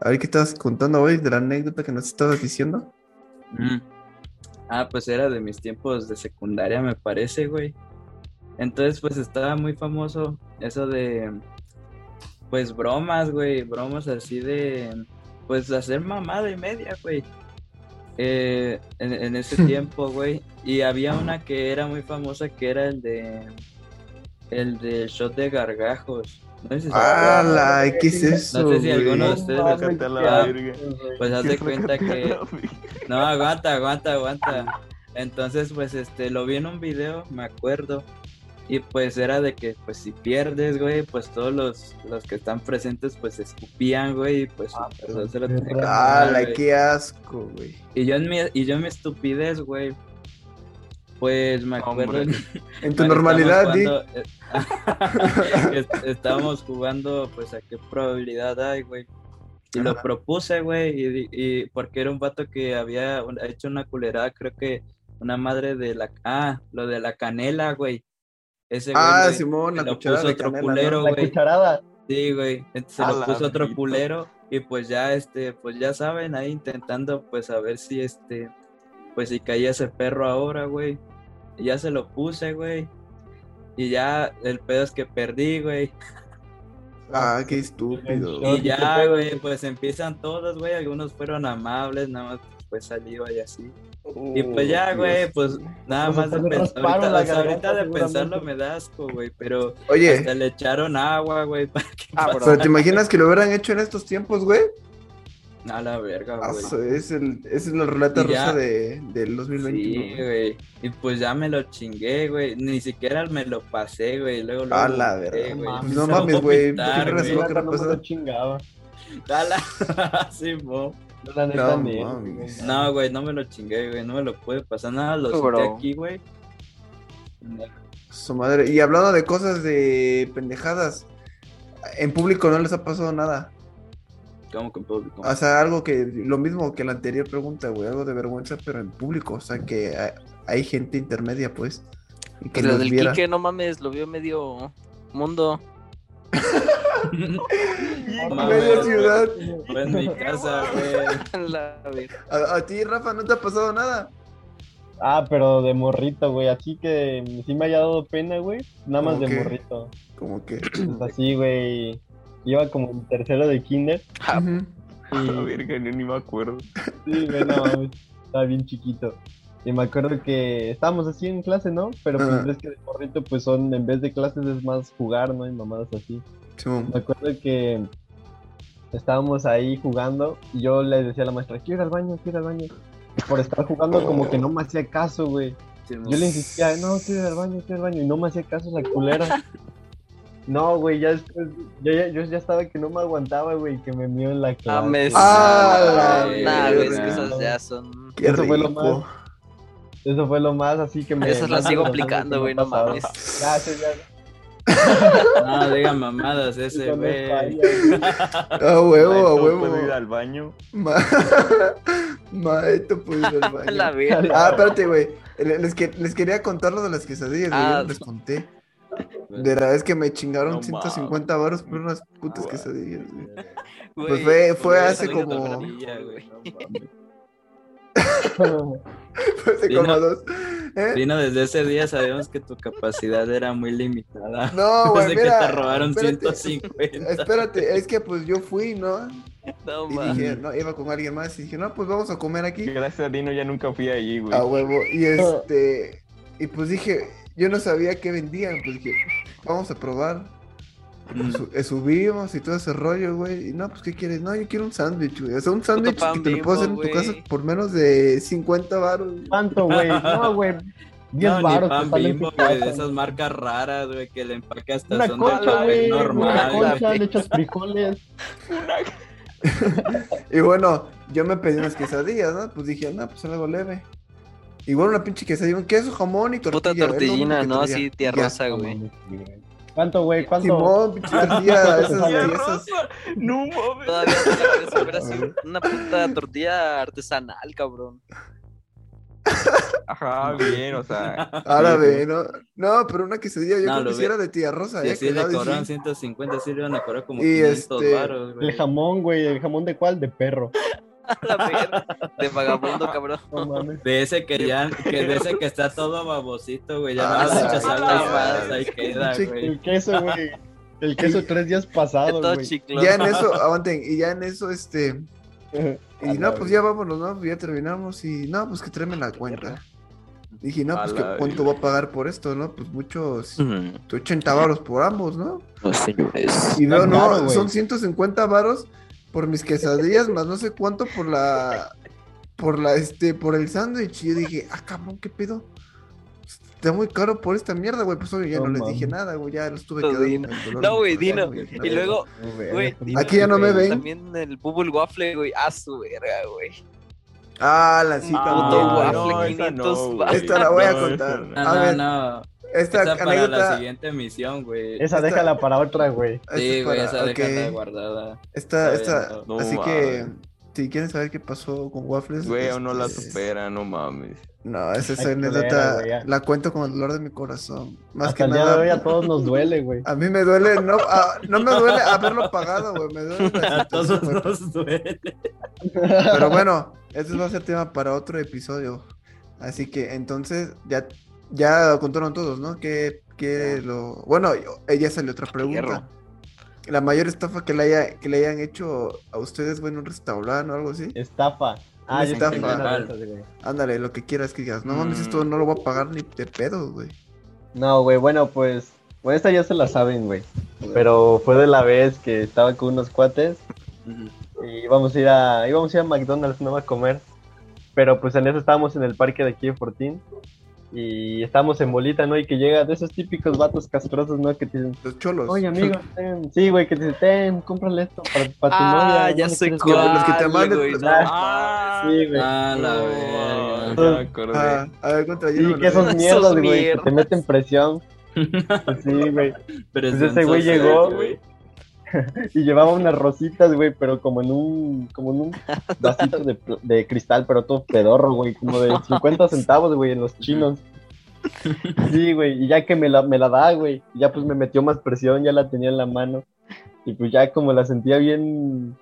A: A ver qué estabas contando hoy de la anécdota que nos estabas diciendo.
D: Ah, pues era de mis tiempos de secundaria, me parece, güey. Entonces, pues estaba muy famoso eso de, pues bromas, güey, bromas así de, pues hacer mamada y media, güey. Eh, en, en ese tiempo, güey. Y había una que era muy famosa, que era el de, el del shot de gargajos. No sé si se acuerdan.
A: ¡Hala! ¿Qué es eso?
D: No sé si
A: güey?
D: alguno de
B: No
D: ustedes lo
B: mames,
E: Sácate a la
B: qué asco,
E: verga.
B: güey.
D: Pues haz de cuenta que... No, aguanta, aguanta, aguanta. Entonces, pues, este, lo vi en un video, me acuerdo. Y pues era de que, pues, si pierdes, güey, pues todos los, los que están presentes, pues, escupían, güey, y pues, o sea, se lo tenía que tomar,
A: ¡Hala!
D: güey.
A: ¡Qué asco, güey!
D: Y yo en mi, y yo en mi estupidez, güey, pues, me acuerdo...
E: Hombre.
A: En tu normalidad, Dick.
D: [LAUGHS] Dick. eh, Estábamos jugando, pues, a qué probabilidad hay, güey. Y lo
A: Ajá.
D: propuse, güey, y, di- y porque era un vato que había un- hecho una culerada, creo que una madre de la... Ah, lo de la canela, güey. Ese güey
A: Ah,
D: lo-
A: Simón, la
D: lo
A: cuchara
D: puso
A: de
D: otro
A: canela,
D: culero,
A: ¿no?
B: La
D: güey.
B: cucharada.
D: Sí, güey. Entonces, Se
E: A
D: lo
E: la
D: puso otro
E: bendito.
D: culero y pues ya, este, pues ya saben, ahí intentando pues a ver si este, pues si caía ese perro ahora, güey. Y ya se lo puse, güey. Y ya el pedo es que perdí, güey.
A: ¡Ah, qué estúpido!
B: No,
D: Y
B: sí,
D: ya,
B: qué pedo,
D: güey,
B: güey.
D: pues empiezan todos, güey. Algunos fueron amables, nada más pues salió y así. Y pues ya,
A: Oh,
D: güey,
A: Dios.
D: pues nada
B: Nos
D: más de
B: rasparon
D: pensar.
B: la
D: Ahorita, o sea,
B: garganta,
D: ahorita de pensarlo
B: seguramente.
D: me da asco, güey, pero
A: Oye,
D: hasta le echaron agua, güey, [LAUGHS] para que
F: Ah, bro.
A: ¿pero te imaginas que lo hubieran hecho en estos tiempos, güey?
D: A la verga,
A: Ah,
D: güey.
A: eso es, el, es la ruleta
D: Y ya.
A: rusa de, del
D: Sí,
A: 2021.
D: güey. Y pues ya me lo chingué, güey. Ni siquiera me lo pasé, güey. Luego lo
A: A la verga.
B: güey.
A: Pues no
B: Se lo
A: mames, güey.
D: vomitar,
A: ¿Qué
D: Ah, güey.
A: razón
B: La
A: que
B: neta
A: no
B: no me
A: pasó?
B: lo chingaba.
D: Dala. [LAUGHS] Sí, mo.
B: No, la
A: No
B: neta ni él,
A: mames.
B: güey.
D: No, güey, no me lo chingué, güey. No me lo pude pasar. Nada, lo
F: Bro.
D: senté aquí, güey.
A: Su madre. Y hablando de cosas de pendejadas, en público no les ha pasado nada.
D: Como con público.
A: O sea, algo que, lo mismo que la anterior pregunta, güey, algo de vergüenza, pero en público, o sea, que hay, hay gente intermedia, pues. y
F: Que
A: que
F: lo
A: los
F: del
A: viera.
F: Quique, no mames, lo vio medio mundo. [LAUGHS]
A: [LAUGHS]
D: Mames,
A: Media ciudad.
D: [LAUGHS] Fue en mi casa, güey.
F: A la verga.
A: A, a ti, Rafa, no te ha pasado nada.
B: Ah, pero de morrito, güey. Así que sí me haya dado pena, güey. Nada más
A: ¿Cómo
B: de
A: qué?
B: morrito. [CLEARS THROAT]
A: Como que.
B: Pues así, güey. Iba como en tercero de kinder.
F: Ah,
A: Ujú.
B: Y,
E: La verga, ni, ni me acuerdo.
B: sí, güey, no, mames, estaba bien chiquito. Y me acuerdo que estábamos así en clase, ¿no? Pero pues
A: Ajá.
B: ves que de morrito, pues son, en vez de clases es más jugar, ¿no? Y mamadas así.
A: Simón.
B: Me acuerdo que estábamos ahí jugando y yo le decía a la maestra, quiero ir al baño, quiero ir al baño. Y por estar jugando como que no me hacía caso, güey. Yo le insistía, no, quiero ir al baño, quiero ir al baño. Y no me hacía caso la culera. No, güey, ya después, yo ya, yo ya estaba que no me aguantaba, güey, que me mío en la
F: Ah,
B: clase.
F: me
A: Ah,
F: sí,
A: la
F: nah, güey, es
A: verga.
F: que esas ya son.
A: Qué
B: Eso fue lo
A: rico.
B: Eso fue lo más así que me...
F: Esas las sigo aplicando, güey, no mames.
B: Gracias, ya.
D: No, diga mamadas ese,
B: ya no
D: güey.
B: falla.
A: A huevo, a
E: Maestro,
A: huevo.
E: ¿puedo ir al baño?
A: Ma- [LAUGHS] Maestro, puedo ir al
F: A [LAUGHS] la
A: baño.
F: verga.
A: Ah, espérate, güey. Le- Les, que- les quería contar lo de las quesadillas, güey.
F: Ah.
A: yo no les conté.
D: Pues,
A: De la vez que me chingaron
E: No
A: 150 varos por unas putas
E: Guau.
A: quesadillas, güey.
F: güey,
A: Pues fue, fue
F: hubiera
A: hace
F: salido
A: como.
F: gratis.
A: fue hace
D: Sí, no.
A: como dos. ¿Eh?
D: Dino, desde ese día sabíamos que tu capacidad era muy limitada. [LAUGHS]
A: No, güey,
D: desde
A: mira.
D: que te robaron
A: espérate,
D: 150.
A: Espérate, es que pues yo fui, ¿no?
F: No
A: Y
F: mames.
A: dije, no, iba con alguien más. Y dije, no, pues vamos a comer aquí.
E: Gracias a Dino ya nunca fui allí, güey.
A: A huevo. Y este. Y pues dije, yo no sabía qué vendían. Pues dije, vamos a probar.
D: Mm.
A: Su- eh, subimos y todo ese rollo, güey. Y no, pues ¿qué quieres? No, yo quiero un sándwich, güey. O sea, un sándwich que
F: pan
A: te lo puedo hacer en
F: Bimbo,
A: tu casa
F: güey.
A: por menos de 50 baros.
B: ¿Cuánto, güey? No, güey. 10
D: no, ni
B: baros.
D: pan
B: te sale en
D: bimbo,
B: tu
D: güey,
B: casa.
D: de esas marcas raras, güey, que le empaque hasta
B: Una
D: son de
B: concha,
D: papel
B: güey. Una
D: normal. güey.
B: concha, le echas frijoles.
A: Y bueno, yo me pedí unas quesadillas, ¿no? Pues dije, no, pues algo leve. Igual una pinche quesadilla, un queso, jamón y tortilla. ¿eh?
F: Puta
A: es lo
F: tortillina,
A: único que
F: ¿no?
A: traía.
F: Así,
A: Y
F: tía
A: ya.
F: rosa, güey.
B: ¿Cuánto, güey? ¿Cuánto?
A: Simón, pinche tortilla, esas,
B: Tía
A: de esas.
E: No mames.
D: Ah.
F: Todavía no la crees, hubiera sido una puta tortilla artesanal, cabrón. [LAUGHS]
E: Ajá, bien,
D: [LAUGHS]
E: o sea. ah,
A: Árabe, ¿no? No, pero una quesadilla yo
D: No,
A: creo
D: lo
A: que
D: ve-
A: sí era de tía rosa,
D: Y
A: ¿eh?
D: así le
A: Cuidado, y sí.
D: cobraron 150, sí le iban a cobrar como
A: Y
D: 500
A: este,
D: baros,
B: El
D: güey.
B: jamón, güey. ¿El jamón de cuál? De perro.
F: A la verga. De vagabundo, cabrón. [LAUGHS]
B: No mames.
D: De ese que ya, que de ese que está todo babosito, güey, ya
A: Ah,
D: no le echas
F: la
D: algo y
F: madre.
D: más, ahí queda,
A: Pinche
D: güey.
B: El queso, güey. El queso tres días pasado,
F: Todo
B: Ah, güey.
F: chicloso.
A: Ya en
F: [LAUGHS]
A: eso, aguanten, y ya en eso,
B: [LAUGHS]
A: este. Y
B: A la
A: no, pues ya vámonos, ¿no? Pues ya terminamos y no, pues que tráeme la cuenta. Dije, no,
E: A
A: pues
E: la
A: que cuánto voy a pagar por esto, ¿no? Pues muchos 80 varos por ambos, ¿no?
F: Pues señores.
A: Y veo,
B: Tan
A: no,
B: caro, güey.
A: son 150 varos por mis quesadillas, más no sé cuánto por la por la este por el sándwich. Y yo dije, ah, cabrón, qué pedo. Está muy caro por esta mierda, güey. Pues obvio, ya no,
B: No
A: les
B: mames.
A: dije nada, güey. Ya los tuve que
F: No,
A: dar.
F: Dino.
A: con el dolor
F: Pues No,
A: de
F: güey,
A: cabeza,
F: Dino.
A: güey,
F: Y
A: la
F: luego-
B: No,
F: Güey,
B: no,
A: Aquí ya no me ven.
F: También el bubble waffle, güey. A su verga, güey.
A: Ah, la cita.
F: Puto
A: güey.
F: waffle,
E: no, esa
F: 500
E: no, güey.
F: baros.
A: Esta la voy a
E: No,
A: contar.
E: esa no.
A: A
D: No, no,
A: ver.
D: no.
A: Esta
D: Esa para la
A: anécdota.
D: siguiente misión, güey.
B: Esa
A: Esta-
B: déjala para otra, güey.
A: esta
D: Sí,
A: es
D: güey,
A: para-
D: esa
A: ok.
D: déjala guardada.
A: Esta,
D: Está bien,
A: esta.
E: no. No
A: así
E: mames.
A: que, si quieren saber qué pasó con Waffles.
E: Güey, aún no la
A: este,
E: supera, no mames.
A: No, esa es
B: Ay, culera,
A: anécdota.
B: güey, ya.
A: la cuento con el dolor de mi corazón. Más
B: Hasta
A: que
B: el día de hoy
A: nada.
B: a todos nos duele, güey.
A: A mí me duele, no, a- no me duele haberlo pagado, güey. Me duele. la [LAUGHS]
D: A todos
A: situación, güey.
D: nos duele.
A: Pero bueno, este va a ser tema para otro episodio. Así que entonces ya, ya contaron todos, ¿no? Que, lo. Bueno, yo- ella salió otra pregunta. La mayor estafa que le, haya, que le hayan hecho a ustedes, güey, en un restaurante o algo así.
B: Eh. Estafa. Ah, yo tengo
A: Estafa.
B: una de esas, güey.
A: Ándale, lo que quieras que digas. No mames,
E: Mm.
A: esto no lo voy a pagar ni de pedo, güey.
B: No, güey, bueno, pues. Bueno, esta ya se la saben, güey. Pero fue de la vez que estaba con unos cuates y íbamos a ir a, íbamos a, ir a McDonald's, ¿no? A comer. Pero pues en eso estábamos en el parque de aquí de Fortín y estábamos en bolita, ¿no? Y que llega de esos típicos vatos castrosos, ¿no? Que te dicen,
A: Los cholos.
B: oye, amigo, ten. sí, güey, que te dicen, ten, cómprale esto para, para tu novia.
F: Ah,
B: ¿no?
F: ya
B: ¿No
F: sé
B: quieres
A: cuál.
F: cuál.
A: Los que te mandan-
F: güey, no
B: Ah,
F: mames.
B: Sí, güey.
D: Ah, la
E: No,
D: verga.
B: Pues
E: ya me acordé.
A: Ah, a ver, contra
B: Sí, que esos
F: Esos
B: mierdas, güey, que te
F: mierdas.
B: meten
F: [LAUGHS]
B: presión. Sí, güey.
D: Pero
B: Pues
D: son
B: ese güey
D: sociales,
B: llegó, Y llevaba unas rositas, güey, pero como en un, como
F: [LAUGHS]
B: en un
F: [LAUGHS]
B: vasito de, pl- de cristal, pero todo pedorro, güey, como de 50 centavos, güey, en los chinos. Sí, güey, y ya que me la, me la da, güey, ya pues me metió más presión, ya la tenía en la mano. Y pues ya como la sentía bien,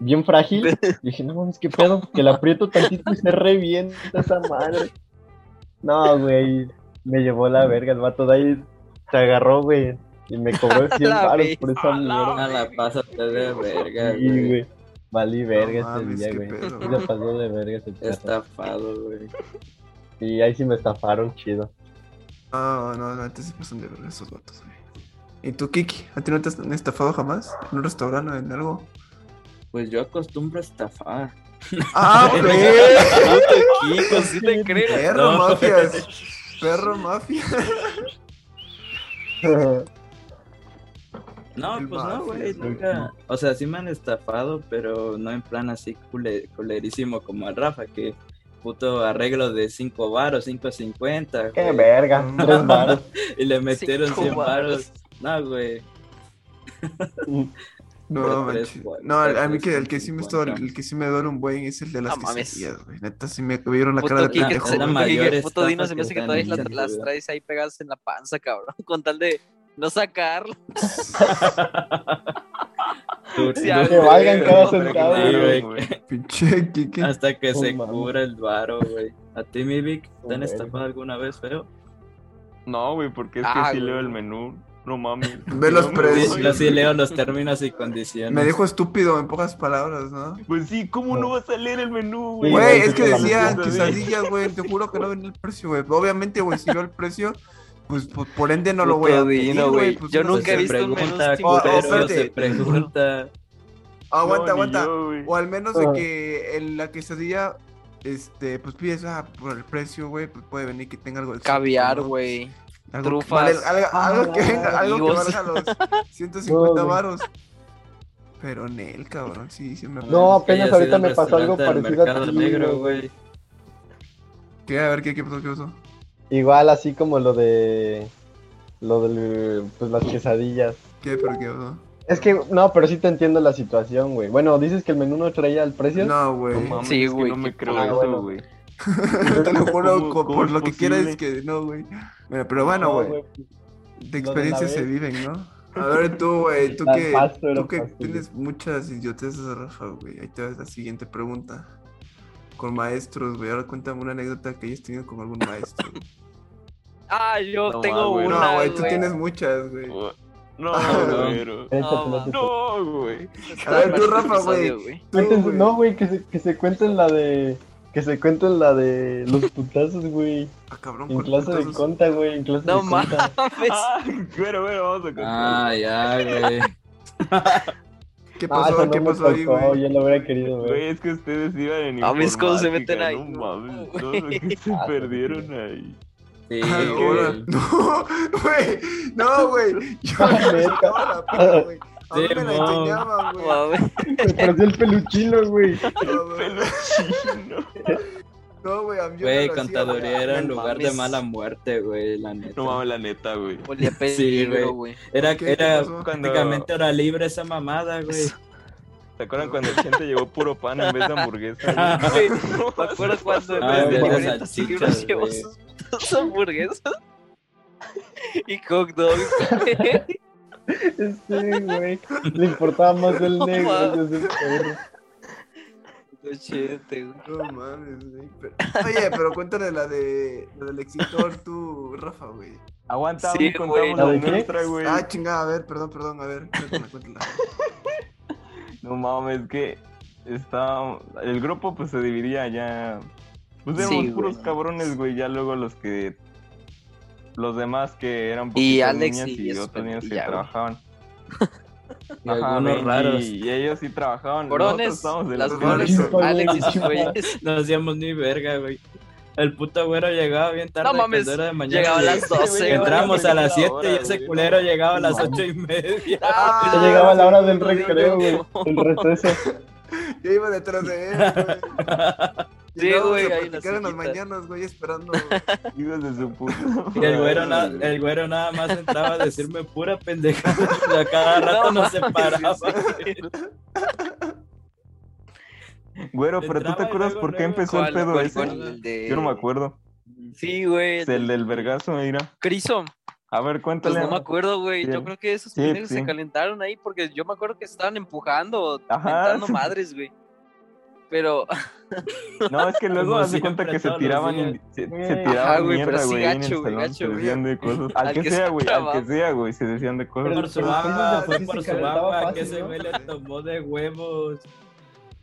B: bien
F: [LAUGHS]
B: frágil, dije, no mames, qué pedo, que la aprieto tantito y se revienta esa madre. No, güey, me llevó la verga, el vato de ahí se agarró, güey, y me
F: [LAUGHS]
B: cobró 100
F: la
B: baros
F: vez,
B: por esa mierda.
D: A la pásate de verga,
B: Sí,
D: güey.
B: güey, valí verga
A: No
B: ese
A: mames,
B: día,
A: qué
B: güey.
A: pedo.
B: Sí se pasó de verga ese perro.
D: Estafado, güey.
B: Y ahí sí me estafaron, chido.
A: No, no, no, antes se pasan de verga esos vatos, güey. ¿Y tú, Kiki? ¿A ti no te has han estafado jamás? ¿En un restaurante o en algo?
D: Pues yo acostumbro a estafar.
A: ¡Ah,
F: [LAUGHS]
A: güey!
B: pues
F: Kiko, Pues, sí te creo.
A: ¡Perro
D: No. [LAUGHS]
A: mafias! ¡Perro mafia!
D: No,
A: El
D: pues
A: mafia,
D: no, güey,
A: güey.
D: nunca. O sea, sí me han estafado, pero no en plan así cule- culerísimo como al Rafa, que puto arreglo de 5 varos, 5.50.
B: qué
D: güey,
B: verga,
A: No.
B: tres baros.
D: Y le metieron
F: Cinco
D: 100
F: varos.
D: varos. No, güey.
A: No,
D: Por
A: manches.
D: tres, por-
A: No, al-
D: por
A: a mí que
D: tres,
A: el que sí me estuvo,
D: cincuenta.
A: el que sí me duele un buen es el de las
F: No
A: quesadillas, güey. Neta, sí me vieron la cara
F: Puto
A: de
D: Kike,
F: Pues, Kike,
A: pendejo,
D: es la
A: güey.
D: ma- mayor
F: Kike, puto
D: estafa
F: Dino, se me
D: que
F: hace que
D: está
F: todavía
D: en
F: las,
D: el mundo,
F: las
D: güey.
F: traes ahí pegadas en la panza, cabrón. [LAUGHS] Con tal de no sacarlo.
D: Tú-
F: Sí,
D: tú-
F: a-
B: Que valgan cada
F: Hombre,
B: centavo.
D: Sí, güey,
A: Pinche Kike.
F: Ah,
D: Hasta que
B: No
D: se
B: mames.
D: cura el varo, güey. ¿A ti, mi Vic, te han
B: Hombre.
D: estafado alguna vez, feo?
E: No, güey, porque es
F: Ah,
E: que sí
F: güey.
E: leo el menú. No mames.
A: Ve los
E: No,
A: precios.
E: güey.
D: Yo sí
A: [LAUGHS]
D: leo los términos y condiciones.
A: Me dijo estúpido en pocas palabras, ¿no?
E: Pues sí, ¿cómo no vas a leer el menú,
B: Sí,
A: Güey,
E: güey?
B: güey,
A: es que
B: sí, la
A: decía
B: neta, sí.
A: quesadillas, güey. Te juro que no venía el precio, güey. Obviamente, güey, si veo el precio, pues, pues, por ende no lo voy a
F: Puto
A: pedir,
F: Dino,
A: güey. Pues,
F: Yo
A: uno
F: nunca he
A: se-
F: visto un menú
D: pregunta,
F: tipo
A: culero,
F: eso.
A: espérate.
D: se pregunta.
A: Ah, aguanta,
E: No, ni
A: aguanta.
E: yo, güey.
A: O al menos de
B: Ah.
A: que en la quesadilla, este, pues pides, ah, por el precio, güey, pues puede venir que tenga algo de
F: Caviar,
A: ¿no?
F: güey.
A: Algo que
F: Trufas.
A: vale- algo, algo que venga, algo que
F: amigos.
A: valga los 150
B: Ah, No, güey.
A: varos. Pero en él, cabrón, sí, se me
B: No,
D: Es que
B: apenas
D: haya
B: ahorita
D: sido el
B: me pasó algo
D: restaurante del
B: parecido a
D: Mercado
B: ti,
D: negro,
B: güey.
D: güey.
A: ¿Qué? A ver, ¿qué, qué pasó? ¿Qué pasó?
B: Igual así como lo de lo del pues las quesadillas.
A: ¿Qué? ¿Pero qué pasó?
B: Es que no, pero sí te entiendo la situación, güey. Bueno, dices que el menú no traía el precio.
A: No, [LAUGHS]
E: No
A: güey.
E: mames,
F: Sí,
E: es que
F: güey,
E: no me
F: qué
E: creo
B: culero.
E: eso, güey.
A: Te lo juro,
E: ¿Cómo-
A: co-
E: cómo
A: por
E: es
A: lo que quieras es
E: posible?
A: que no, güey. Bueno, pero bueno,
B: No,
A: güey.
B: pues,
A: de
B: Lo de la
A: experiencias se
B: vez.
A: viven, ¿no? [LAUGHS] A ver, tú, güey, tú
B: Tan
A: que,
B: pasto era
A: tú que
B: fácil.
A: tienes muchas idioteces, Rafa, güey. Ahí te va la siguiente pregunta. Con maestros, güey. Ahora cuéntame una anécdota que hayas tenido con algún
D: [LAUGHS]
A: maestro.
F: Ah, yo
E: No,
F: tengo
E: güey.
F: una,
A: no, güey,
F: güey.
A: tú tienes muchas, güey.
E: No,
A: Ah,
E: güey.
B: échate,
F: va.
B: échate.
E: No, güey.
A: A ver, tú, Rafa, güey. Tú,
B: Cuéntense-
A: güey.
B: no, güey, que se, que se cuenten la de que se cuenten la de los putazos, güey.
A: Ah, cabrón,
B: En
A: ¿cuál
B: clase de
A: putazos?
B: conta, güey, en clase
F: No
B: de conta.
A: [LAUGHS]
E: Ah, bueno, bueno, vamos a contar.
D: Ah,
B: pues, [LAUGHS]
D: ya, güey.
A: ¿Qué
B: Ah,
A: pasó?
B: esa no
A: ¿Qué
B: me
A: pasó ahí,
B: tocó,
A: güey?
B: yo lo hubiera querido
E: Güey,
B: ver.
E: es que ustedes iban en
F: A ver, es cuando se
E: informática,
F: meten ahí.
E: No mames,
F: No,
E: todo lo que se
B: Ah, no,
E: perdieron ahí. [LAUGHS]
D: Sí,
A: [LAUGHS] Ah, ahora-
D: güey.
A: [LAUGHS] No, güey. No, güey. Yo
B: Ah,
A: me
B: neta.
A: sacaba la pata, güey. A mí
D: Sí,
A: me la
D: no.
A: enseñaban, güey.
B: Se perdió el peluchino, güey.
A: No, güey.
E: Pelo chino.
A: No, güey, a mí yo me
D: Güey,
A: lo hacía,
D: contaduría
A: güey.
D: era un
F: No
D: lugar de
F: mames.
D: mala muerte, güey, la
E: No
D: neta.
E: mames, la neta, güey.
F: Olía a
D: Sí, güey.
F: peligro,
E: [LAUGHS]
F: güey.
D: Era,
A: ¿Qué- qué
D: era
A: pasó?
D: prácticamente hora libre esa mamada, güey.
E: ¿Se acuerdan cuando el gente llevó puro pan en vez de
F: [LAUGHS]
E: hamburguesa?
F: Güey, Me
E: [LAUGHS]
F: acuerdo cuando en
D: Ah,
F: vez de
B: ya, ya,
F: libretas y libros
D: salchichas,
F: llevó [LAUGHS]
D: güey.
F: sus putas hamburguesas [LAUGHS] y hot dogs. güey. [LAUGHS]
B: Este, güey. Le importaba más el
F: No
B: negro
F: mames.
B: que ese perro.
F: Qué chete, güey.
A: No mames, güey. pero- Oye, pero cuéntale la de la del excitor, tú, Rafa, güey.
E: Aguanta,
F: Sí,
E: aún
B: güey.
E: contamos la nuestra, güey.
A: Ah, chingada, a ver, perdón, perdón, a ver, cuéntala, cuéntala.
E: No mames, que estaba. El grupo pues se dividía ya. Pues
F: Sí,
E: éramos
F: güey.
E: puros cabrones, güey. Ya luego los que. Los demás que eran
F: Y
E: poquitos
F: Alex
E: niñas
F: y
E: y
F: eso,
E: otros niños que
F: y ya, güey.
E: trabajaban.
D: Y
E: Ajá,
D: algunos
E: güey,
D: raros.
B: [LAUGHS]
E: Y, y ellos sí trabajaban.
F: Corones,
E: Nosotros estábamos de
F: las
E: los
F: corones,
A: cabrones.
F: [LAUGHS] Alex y sus
E: [LAUGHS]
F: güeyes.
D: No hacíamos ni verga, güey. El puto güero llegaba bien tarde.
F: No mames,
D: cuando era de mañana,
F: Llegaba a
D: güey.
F: las 12, güey.
D: Entramos a las
E: Llegaba
D: 7
E: ahora,
D: y ese
E: güey,
D: culero
E: no.
D: llegaba a las
B: Mames. [LAUGHS]
D: 8 y media.
F: Ah,
B: Ya llegaba la hora del
F: no,
B: recreo,
F: no,
B: güey. El
F: [LAUGHS]
B: receso.
A: Yo iba detrás de él, güey. Y
F: Sí,
A: luego
F: güey,
A: se
F: ahí la
A: platicaron las
F: sillita.
A: mañanas, güey,
F: [LAUGHS]
A: esperando. güey.
E: hijos de su puta.
D: [LAUGHS] Y el güero, eh, na-
E: madre, güey.
D: el güero nada más entraba a decirme pura pendejada. y [LAUGHS] A cada rato
F: No
D: nos separaba. güey.
E: Güero, pero tú
D: Entraba
E: te
D: y
E: acuerdas
D: luego,
E: por qué
D: luego,
E: empezó
F: ¿Cuál,
E: el pedo
F: cuál, Eh,
E: ese?
F: cuál? El de-
E: Yo no me acuerdo.
F: Sí, güey.
E: Es el del vergazo, mira.
F: Crisom.
E: A ver,
F: Pues
E: cuéntale.
F: no me acuerdo, güey.
E: Sí.
F: Yo creo que esos
E: Sí,
F: pendejos
E: sí.
F: se calentaron ahí porque yo me acuerdo que estaban empujando,
E: Ajá,
F: dando
E: sí.
F: madres, güey. Pero,
E: No, es que luego
D: Como
E: hace cuenta
D: siempre,
E: que se
D: todos los
E: tiraban,
D: días.
E: indi- se,
B: Güey.
E: se tiraban
F: Ajá, güey, pero
E: mierda,
F: sí
E: güey, ahí en el
F: gacho, güey,
E: salón,
F: gacho,
E: se
F: güey.
E: decían de cosas. Al,
F: Al
E: que
F: que
E: sea,
F: está
E: güey, al que
F: abajo.
E: sea, güey, se decían de cosas.
D: Por
B: Pero-
D: su
B: los pinches
D: agua,
B: de
D: fue
B: así
D: por
B: se
D: su
B: calentaba
D: agua, que
B: fácil,
D: ese
B: ¿no?
D: güey le tomó de huevos.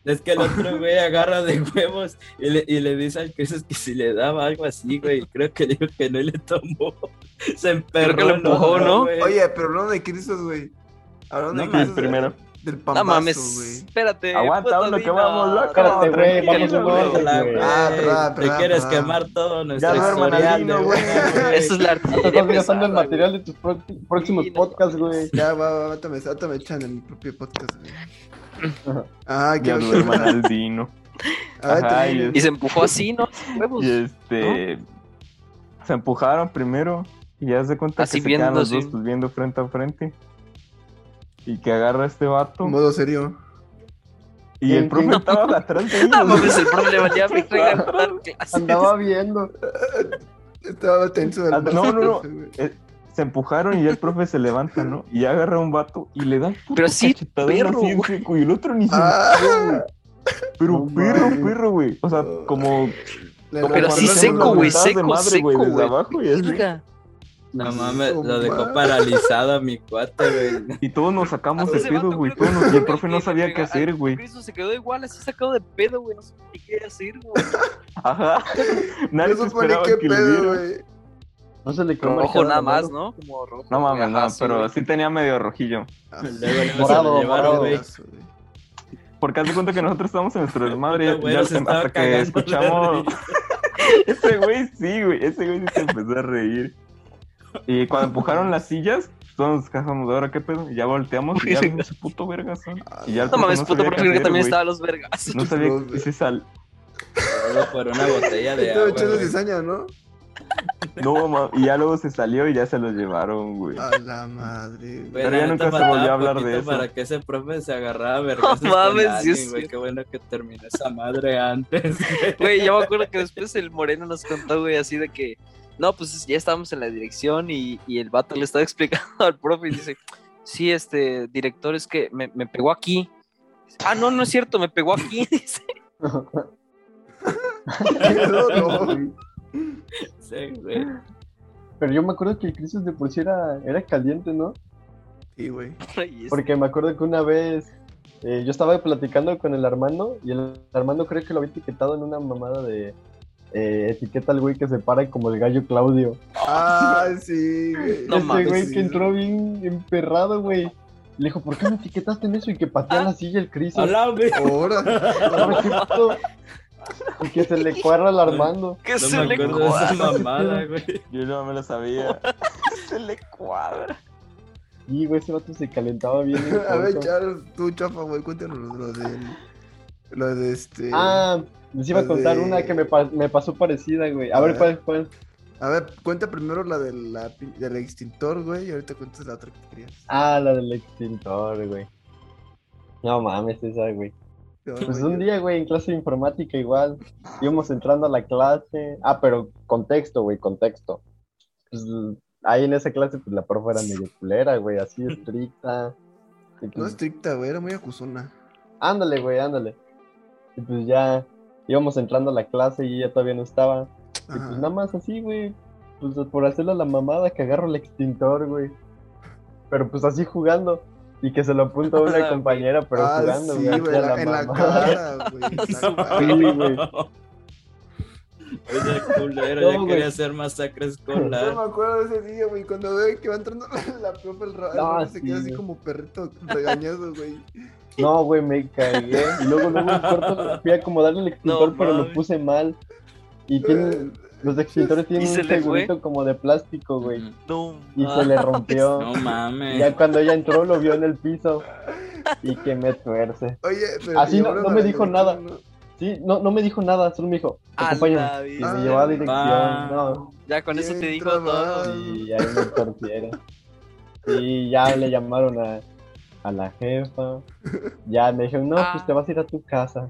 D: Es que el otro güey agarra de huevos y le, y le dice al Chris que si le daba algo así, güey. Creo que dijo que no y le tomó. [LAUGHS] Se emperró.
F: Creo que lo
D: el
F: empujó,
D: otro,
F: ¿no?
D: güey.
A: Oye, pero hablando de Crisos, güey. Hablando
F: No
A: de
F: mames.
A: Crisos.
E: Primero.
A: Del
F: no
A: pambazo,
F: mames,
A: güey.
F: espérate.
E: Aguanta,
F: puta,
E: lo que
F: Dina.
E: vamos, loco.
B: Espérate, güey, vamos
E: tranquilo,
B: un orden,
D: Hola,
B: güey.
D: güey.
A: Ah, perdón,
D: Te
A: perdón,
D: quieres
A: perdón.
D: quemar todo nuestro
E: duerman al
D: historial de
E: niño, güey.
D: huevos,
F: [LAUGHS]
D: güey.
F: Esa es la
B: Estás
F: artillería
B: gastando el
F: pesada,
B: material de tus prox- próximos
F: Sí, no
B: podcasts,
F: mames.
B: güey.
A: Ya, va, va, mátame, mátame echan en mi propio podcast, güey. Ah, qué
E: [LAUGHS]
A: Ah,
E: Ya duerman al Dino.
A: A ver,
E: Ajá,
A: tú
E: y
A: dime.
F: güey. Y se empujó así, ¿no? Huevos.
E: [LAUGHS] Y este. Se empujaron primero. Y ya se cuenta
F: Así
E: que se quedan
F: viendo,
E: los dos
F: sí.
E: pues, viendo frente a frente. Y que agarra este vato.
A: modo serio.
E: Y el
B: ¿Quién, quién?
E: profe estaba
F: [LAUGHS]
E: atrás de ellos.
F: No mames, el profe le valía
E: [LAUGHS]
F: mi regla dar clases.
B: Andaba viendo.
A: Estaba tenso del
E: Ah, no, no, no.
A: güey.
E: se empujaron y ya el profe se levanta, ¿no? Y ya agarra a un vato y le da un puto
F: Pero
E: [LAUGHS]
F: sí,
E: cachetadón
F: perro,
E: así en
F: güey.
E: seco, y el otro ni se
A: Ah.
E: [LAUGHS] enteró, güey. Pero
B: No
E: perro,
B: mames.
E: perro, güey. O sea, como,
A: Le
E: como
F: Pero
A: repartieron
F: sí
E: cuando
A: los
F: seco, güey,
E: mentadas de
F: seco,
E: madre, güey,
F: seco,
E: desde
F: güey.
E: abajo y así.
F: Verga.
D: No mames,
A: Oh,
D: lo
A: man.
D: dejó paralizado a mi cuate, güey.
E: Y todos nos sacamos
F: Hasta
E: de
F: ese
E: pedo,
F: vato
E: güey.
F: creo que
E: Todos nos- y el
F: fue
E: profe no
F: que le
E: sabía qué
F: pega-
E: hacer,
F: al
E: güey.
F: Cristo se quedó igual, así sacado de pedo, güey. No sé ni qué hacer, güey.
E: Ajá. [LAUGHS] Nadie se
A: Eso pone
E: esperaba
A: qué
E: que le
A: pedo,
E: diera.
A: güey.
B: No se le quedó
F: Rojo
B: marcada
F: nada
B: la
F: más,
B: mano.
F: ¿no? Como rojo.
E: No mames,
F: Ajá,
E: no,
F: sí,
E: pero
F: güey.
E: sí tenía medio rojillo.
D: Luego, luego se
B: Morado,
D: lo llevaron,
B: morado.
D: güey.
A: Brazo, güey.
E: Porque haz de cuenta que nosotros estábamos en nuestro desmadre ya-
D: Puta, güey,
E: ya
D: nos
E: se-
D: estaba
E: hasta que
D: cagando de
E: escuchamos.
D: risa.
E: [LAUGHS] Ese güey sí, güey. Ese güey sí se empezó a reír. Y cuando empujaron las sillas, pues, todos nos cajamos de ahora qué pedo. Y ya volteamos y ya vimos ese puto vergazón. Y ya el
A: Ah,
F: No mames,
E: profe
F: puto
E: sabía qué
F: profe, que
E: hacer,
F: también
E: güey.
F: estaba a los vergas.
E: No sabía
A: Profe.
E: y se sal.
D: Todo por una botella de
A: Estaba
D: agua.
A: echando
D: güey.
A: cizaña, ¿no?
E: No, ma- y ya luego se salió y ya se los llevaron, güey.
D: Ah.
A: A la madre. güey. [LAUGHS]
D: Güey,
E: Pero ya
D: la neta
E: nunca se volvió a
D: faltaba
E: hablar de
D: poquito
E: eso.
D: Para que ese profe se agarraba a vergazos
F: No
D: con
F: mames,
D: alguien,
F: sí es
D: güey.
F: cierto.
D: Qué bueno que terminó esa madre antes. [LAUGHS]
F: Güey, yo me acuerdo que después el Moreno nos contó, güey, así de que. No, pues ya estábamos en la dirección y, y el vato le estaba explicando al profe y dice: Sí, este director, es que me, me pegó aquí. Ah, no, no es cierto, me pegó aquí. [LAUGHS] dice.
A: No, no. [LAUGHS]
D: Sí, güey.
B: Pero yo me acuerdo que el Crisis de por sí era, era caliente, ¿no?
A: Sí, güey.
F: Y es-
B: Porque me acuerdo que una vez eh, yo estaba platicando con el Armando y el Armando creo que lo había etiquetado en una mamada de eh, etiqueta al güey que se para como el gallo Claudio.
A: Ah, sí, güey.
F: No
B: Ese
F: mames.
B: güey que entró bien emperrado, güey. Le dijo, ¿por qué me etiquetaste en eso? Y que patea la silla el Crisis. [LAUGHS]
D: Hola, güey.
A: [LAUGHS] Ahora.
B: Y que se le cuadra al Armando.
F: que
D: No
F: se
D: me
F: le
D: acuerdo de
F: cuadra.
D: esa mamada, güey.
E: Yo no me lo
D: [LAUGHS]
E: sabía. se le cuadra.
B: Y güey, ese vato se calentaba bien.
A: [LAUGHS] A ver,
B: entonces.
A: Charles, tú, chafa, güey, cuéntanos lo de. Lo de este.
B: Ah, les iba a
A: Pues
B: contar
A: de-
B: una que me, pa- me pasó parecida, güey. A,
A: A
B: ver,
A: ver.
B: ¿cuál, cuál?
A: A ver, cuenta primero la de la pin- del extintor, güey, y ahorita cuentas la otra que querías.
B: Ah, la del extintor, güey. No mames, esa, güey.
A: No,
B: Pues
A: güey,
B: un día, güey, en clase de informática igual, íbamos entrando a la clase. Ah, pero contexto, güey, contexto. Pues ahí en esa clase, pues la profe era medio culera, güey, así estricta. Y,
A: No este-
B: pues,
A: estricta, güey, era muy acusona.
B: Ándale, güey, ándale. Y pues ya íbamos entrando a la clase y ella todavía no estaba. Y
A: Ajá.
B: pues nada más así, güey. Pues por hacerle la mamada que agarro el extintor, güey. Pero pues así jugando. Y que se lo apunta a
F: [LAUGHS] Ah,
B: una
F: güey.
B: compañera, pero
A: ah,
B: jugando,
A: sí,
B: güey.
A: güey,
B: hacia
A: la- en la
B: mamada. [LAUGHS]
A: cara, güey. en la cara.
B: Sí, güey.
D: Oye, culero,
B: No,
D: ya
B: güey.
D: quería hacer masacre
A: Yo
D: escolar.
A: me acuerdo de ese día, güey, cuando veo que va entrando la profe, el ra- el
B: No,
A: rato se
B: sí,
A: queda así
B: güey.
A: como perrito regañado, güey.
B: No, güey, me cagué. Y luego, luego en
F: [LAUGHS]
B: corto fui a acomodarle el extintor,
F: No,
B: pero lo
F: mames.
B: puse mal. Y tienen,
A: [LAUGHS]
B: los extintores tienen
F: se
B: un
F: le fue?
B: segurito como de plástico, güey.
F: No,
B: Y se
F: mames. [LAUGHS]
B: le rompió.
D: No
B: Y Ya
D: mames.
B: cuando ella entró lo vio en el piso y que me tuerce.
A: Oye, pero
B: Así
A: te
B: no-
A: llevaron
B: no
A: a
B: me
A: la
B: dijo
A: directora,
B: nada.
A: ¿no?
B: Sí, no, no me dijo nada, solo me dijo,
F: A la
B: acompáñame. Y
F: vida.
B: me llevó a dirección,
D: Ah.
B: no.
F: Ya con eso te
A: Bien
F: digo todo.
A: trabado.
B: [LAUGHS] Y ahí me torcieron. Y ya le llamaron a, a la jefa. Ya me dijeron, no,
F: Ah.
B: pues te vas a ir a tu casa.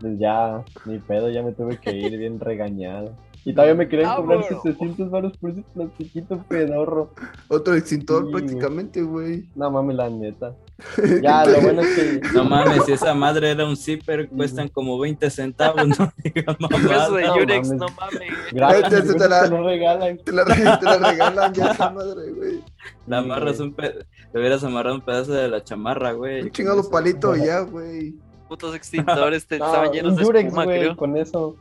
B: Pues ya, ni pedo, ya me tuve que ir bien regañado. Y todavía me querían
F: Ah,
B: cobrar
F: bueno.
B: 700 baros por ese plastiquito que de ahorro.
A: Otro extintor
B: Sí, güey.
A: prácticamente, güey.
B: No mames, la [LAUGHS] neta.
A: [LAUGHS]
B: Ya, lo bueno es que.
D: No mames, si esa madre era un zipper, cuestan como 20 centavos, no [LAUGHS] digas
E: Pues,
F: Un peso de
D: mamada.
B: no
F: Yurex,
B: mames.
F: no mames.
B: Gracias,
A: Vete,
B: güey,
A: te la-
B: te lo regalan.
A: Te la, re- te la regalan
B: [LAUGHS]
A: ya esa madre, güey.
D: La amarras un pe... Le hubieras amarrado un pedazo de la chamarra, güey.
A: Un chingado
B: Este,
A: palito y ya, güey.
F: Putos extintores te-
B: No,
F: estaban llenos
B: un
F: de
B: Durex,
F: espuma,
B: güey,
F: creo.
B: Con eso.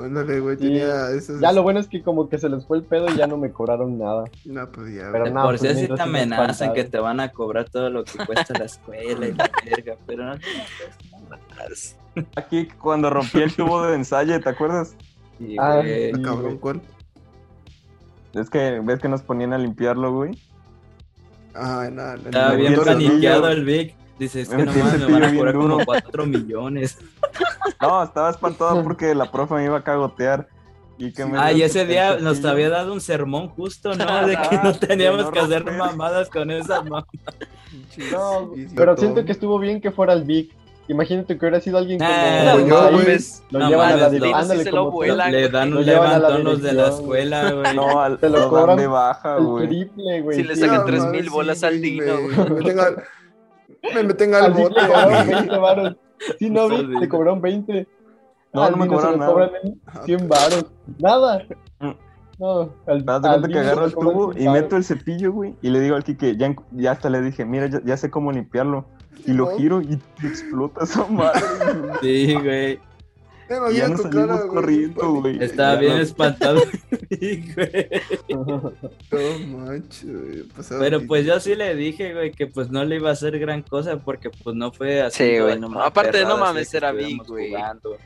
A: Ándale, güey,
B: Sí.
A: tenía esas.
B: Ya lo bueno Pues es que como que se les fue el pedo y ya no me cobraron nada.
A: No, pues ya, güey.
B: Pero
D: De
B: no,
D: por
B: pues
D: si así
B: mientras
D: te
B: sí me
D: amenazan
B: espantaba.
D: que te van a cobrar todo lo que cuesta la escuela y
E: [LAUGHS]
D: la verga, pero no.
E: Aquí cuando rompí el tubo de ensayo, ¿te acuerdas?
D: Sí,
B: Ah,
D: güey.
A: Ah,
B: sí,
A: cabrón,
B: güey.
A: ¿cuál?
E: Es que ves que nos ponían a limpiarlo, güey.
A: Ah, nada, no,
D: Estaba bien
E: Entonces,
D: paniqueado
E: sí,
D: el Vic. Dice, es que
E: Me metí
D: nomás
E: el
D: me van a
E: cepillo
D: cobrar
E: bien
D: como
E: duro.
D: 4 millones.
E: No, estaba espantado porque la profe me iba a cagotear. Y que me
D: Ah, y
E: dio
D: ese
E: el
D: día
E: cepillo.
D: nos había dado un sermón justo,
E: [LAUGHS]
D: ¿no? De que
E: Ah,
D: no teníamos
E: de no
D: que hacer
E: romper.
D: mamadas con esas mamadas.
B: No,
A: Sí, sí,
B: pero
A: todo.
B: siento que estuvo bien que fuera el Vic. Imagínate que hubiera sido alguien como...
D: Ah,
F: No
A: Como yo, güey.
F: mames.
B: Lo
D: No
B: llevan a la
D: mames,
B: dirección.
D: Lino sí
B: Ándale,
F: se lo
B: como
F: vuela.
B: tú.
D: Le dan
B: Lo
D: un
B: llevan a la
D: levantón los de la
B: dirección,
D: escuela,
F: [LAUGHS]
D: güey.
E: No, al,
B: Te lo
E: lo
B: cobran
E: dan de baja,
B: El
E: güey.
B: triple, güey.
F: Si le
B: sí.
F: sacan
A: No,
F: tres
A: mames,
F: mil bolas al
A: güey,
F: Dino,
A: güey. Me meten al- Me meten [LAUGHS] al
B: Al Vic
A: bote,
B: le cobraron
A: güey. [LAUGHS]
B: 20 varos. Sí, no,
D: Al
B: Vic, te
D: Vic.
B: cobraron 20.
E: No,
B: Al
E: no me
B: Dino se
E: cobraron
B: le
E: nada.
B: cobran 100 varos. Nada. No, al,
E: Haz de
B: al
E: cuenta que
B: Dino se
E: agarro
B: le
E: el
B: cobran
E: tubo
B: 100
E: y
B: varos.
E: meto el cepillo, güey. Y le digo al Kike, ya, en- ya hasta le dije, mira, ya, ya sé cómo limpiarlo. Y lo giro y
B: [LAUGHS]
E: explota esa madre.
D: Sí,
A: Ya
D: güey.
E: Y ya
A: había tu
E: nos salimos
A: cara, güey,
E: corriendo,
A: un
E: güey.
D: Estaba
E: Ya
D: bien
E: no- [LAUGHS]
D: espantado. Sí, güey.
A: palito, macho, güey, pasado
D: Pero
A: de-
D: pues yo sí le dije, güey, que pues no le iba a hacer gran cosa porque pues no fue así.
F: Sí,
D: toda
F: güey, no
D: una
F: mames. Aparte,
D: perrada
F: no
D: así
F: mames,
D: que
F: era
D: estuviéramos
F: Vic, güey.
D: jugando.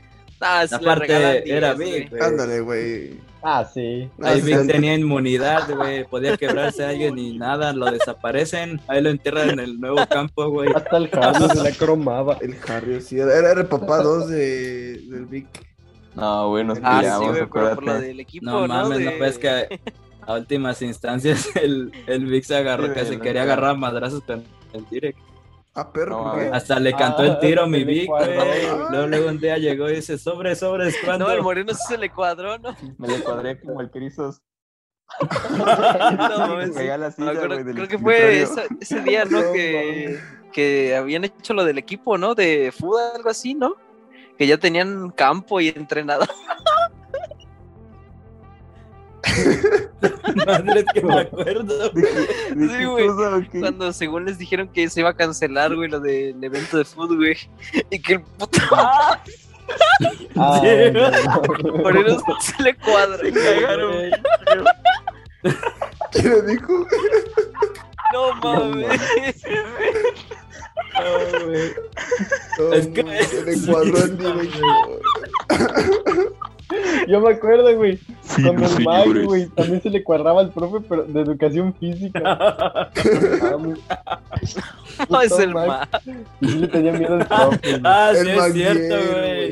F: Ah, si le regalan
D: Aparte, era
F: 10, güey.
D: Vic, güey.
A: Ándale, güey.
B: Ah, sí.
D: Ahí
A: Ah,
D: Vic
A: sí,
D: tenía inmunidad, güey. Podía quebrarse a alguien y nada, lo desaparecen. Ahí lo entierran en el nuevo campo, güey.
B: Hasta el
E: [LAUGHS]
B: Harley se la cromaba.
A: El Harry, sí, era, era el papá 2 de, del Vic.
E: No, güey, nos
A: Ya,
F: Ah, sí,
E: pillamos,
F: güey, pero por lo
E: acuérdate.
F: del equipo,
D: No
F: ¿no?
D: mames, no
F: De-
D: ves que a últimas instancias [LAUGHS] el, el Vic se agarró,
E: Sí,
D: que se
E: güey,
D: quería
E: neta.
D: agarrar a madrazos con el Direct.
A: Ah, perro,
E: No,
A: ¿por qué?
E: a
D: Hasta le cantó
B: Ah,
D: el tiro a
B: se
D: mi
B: le
D: Vic, güey.
B: cuadró.
D: Luego, luego un día llegó y dice, sobre, sobre, es cuando.
F: No,
D: [LAUGHS]
F: el moreno sí se le cuadró, ¿no? [LAUGHS]
E: Me le cuadré como el Crisos.
F: No, mames, sí.
E: Pegué a la
F: Me
E: silla,
F: acuerdo-
E: güey, del
F: creo que fue
E: escritorio.
F: esa- ese día, ¿no? que, que habían hecho lo del equipo, ¿no? De FUDA, algo así, ¿no? Que ya tenían campo y entrenador.
D: Madre, es que
F: [LAUGHS]
D: me acuerdo.
E: ¿De qué- de
F: Sí,
E: qué
F: güey.
E: cosa o qué?
F: Cuando según les dijeron que se iba a cancelar, güey, lo del evento de fútbol, güey. Y que el [LAUGHS] puto
B: Ah,
D: Sí.
B: no.
F: moreno se le cuadró.
B: Güey,
A: ¿Qué le dijo?
F: No mames.
D: No, güey.
A: No,
D: Es que-
A: no, Se le cuadró el directo.
B: Yo me acuerdo, güey.
E: Sí,
B: Cuando
E: no,
B: el Mike,
E: señores.
B: güey, también se le cuadraba al profe pero de educación física. Mames.
F: No es el
B: Mike.
F: más.
B: Y sí le tenía miedo al profe.
F: [LAUGHS]
B: güey.
D: Ah,
A: El
D: sí, es cierto,
A: Maguire,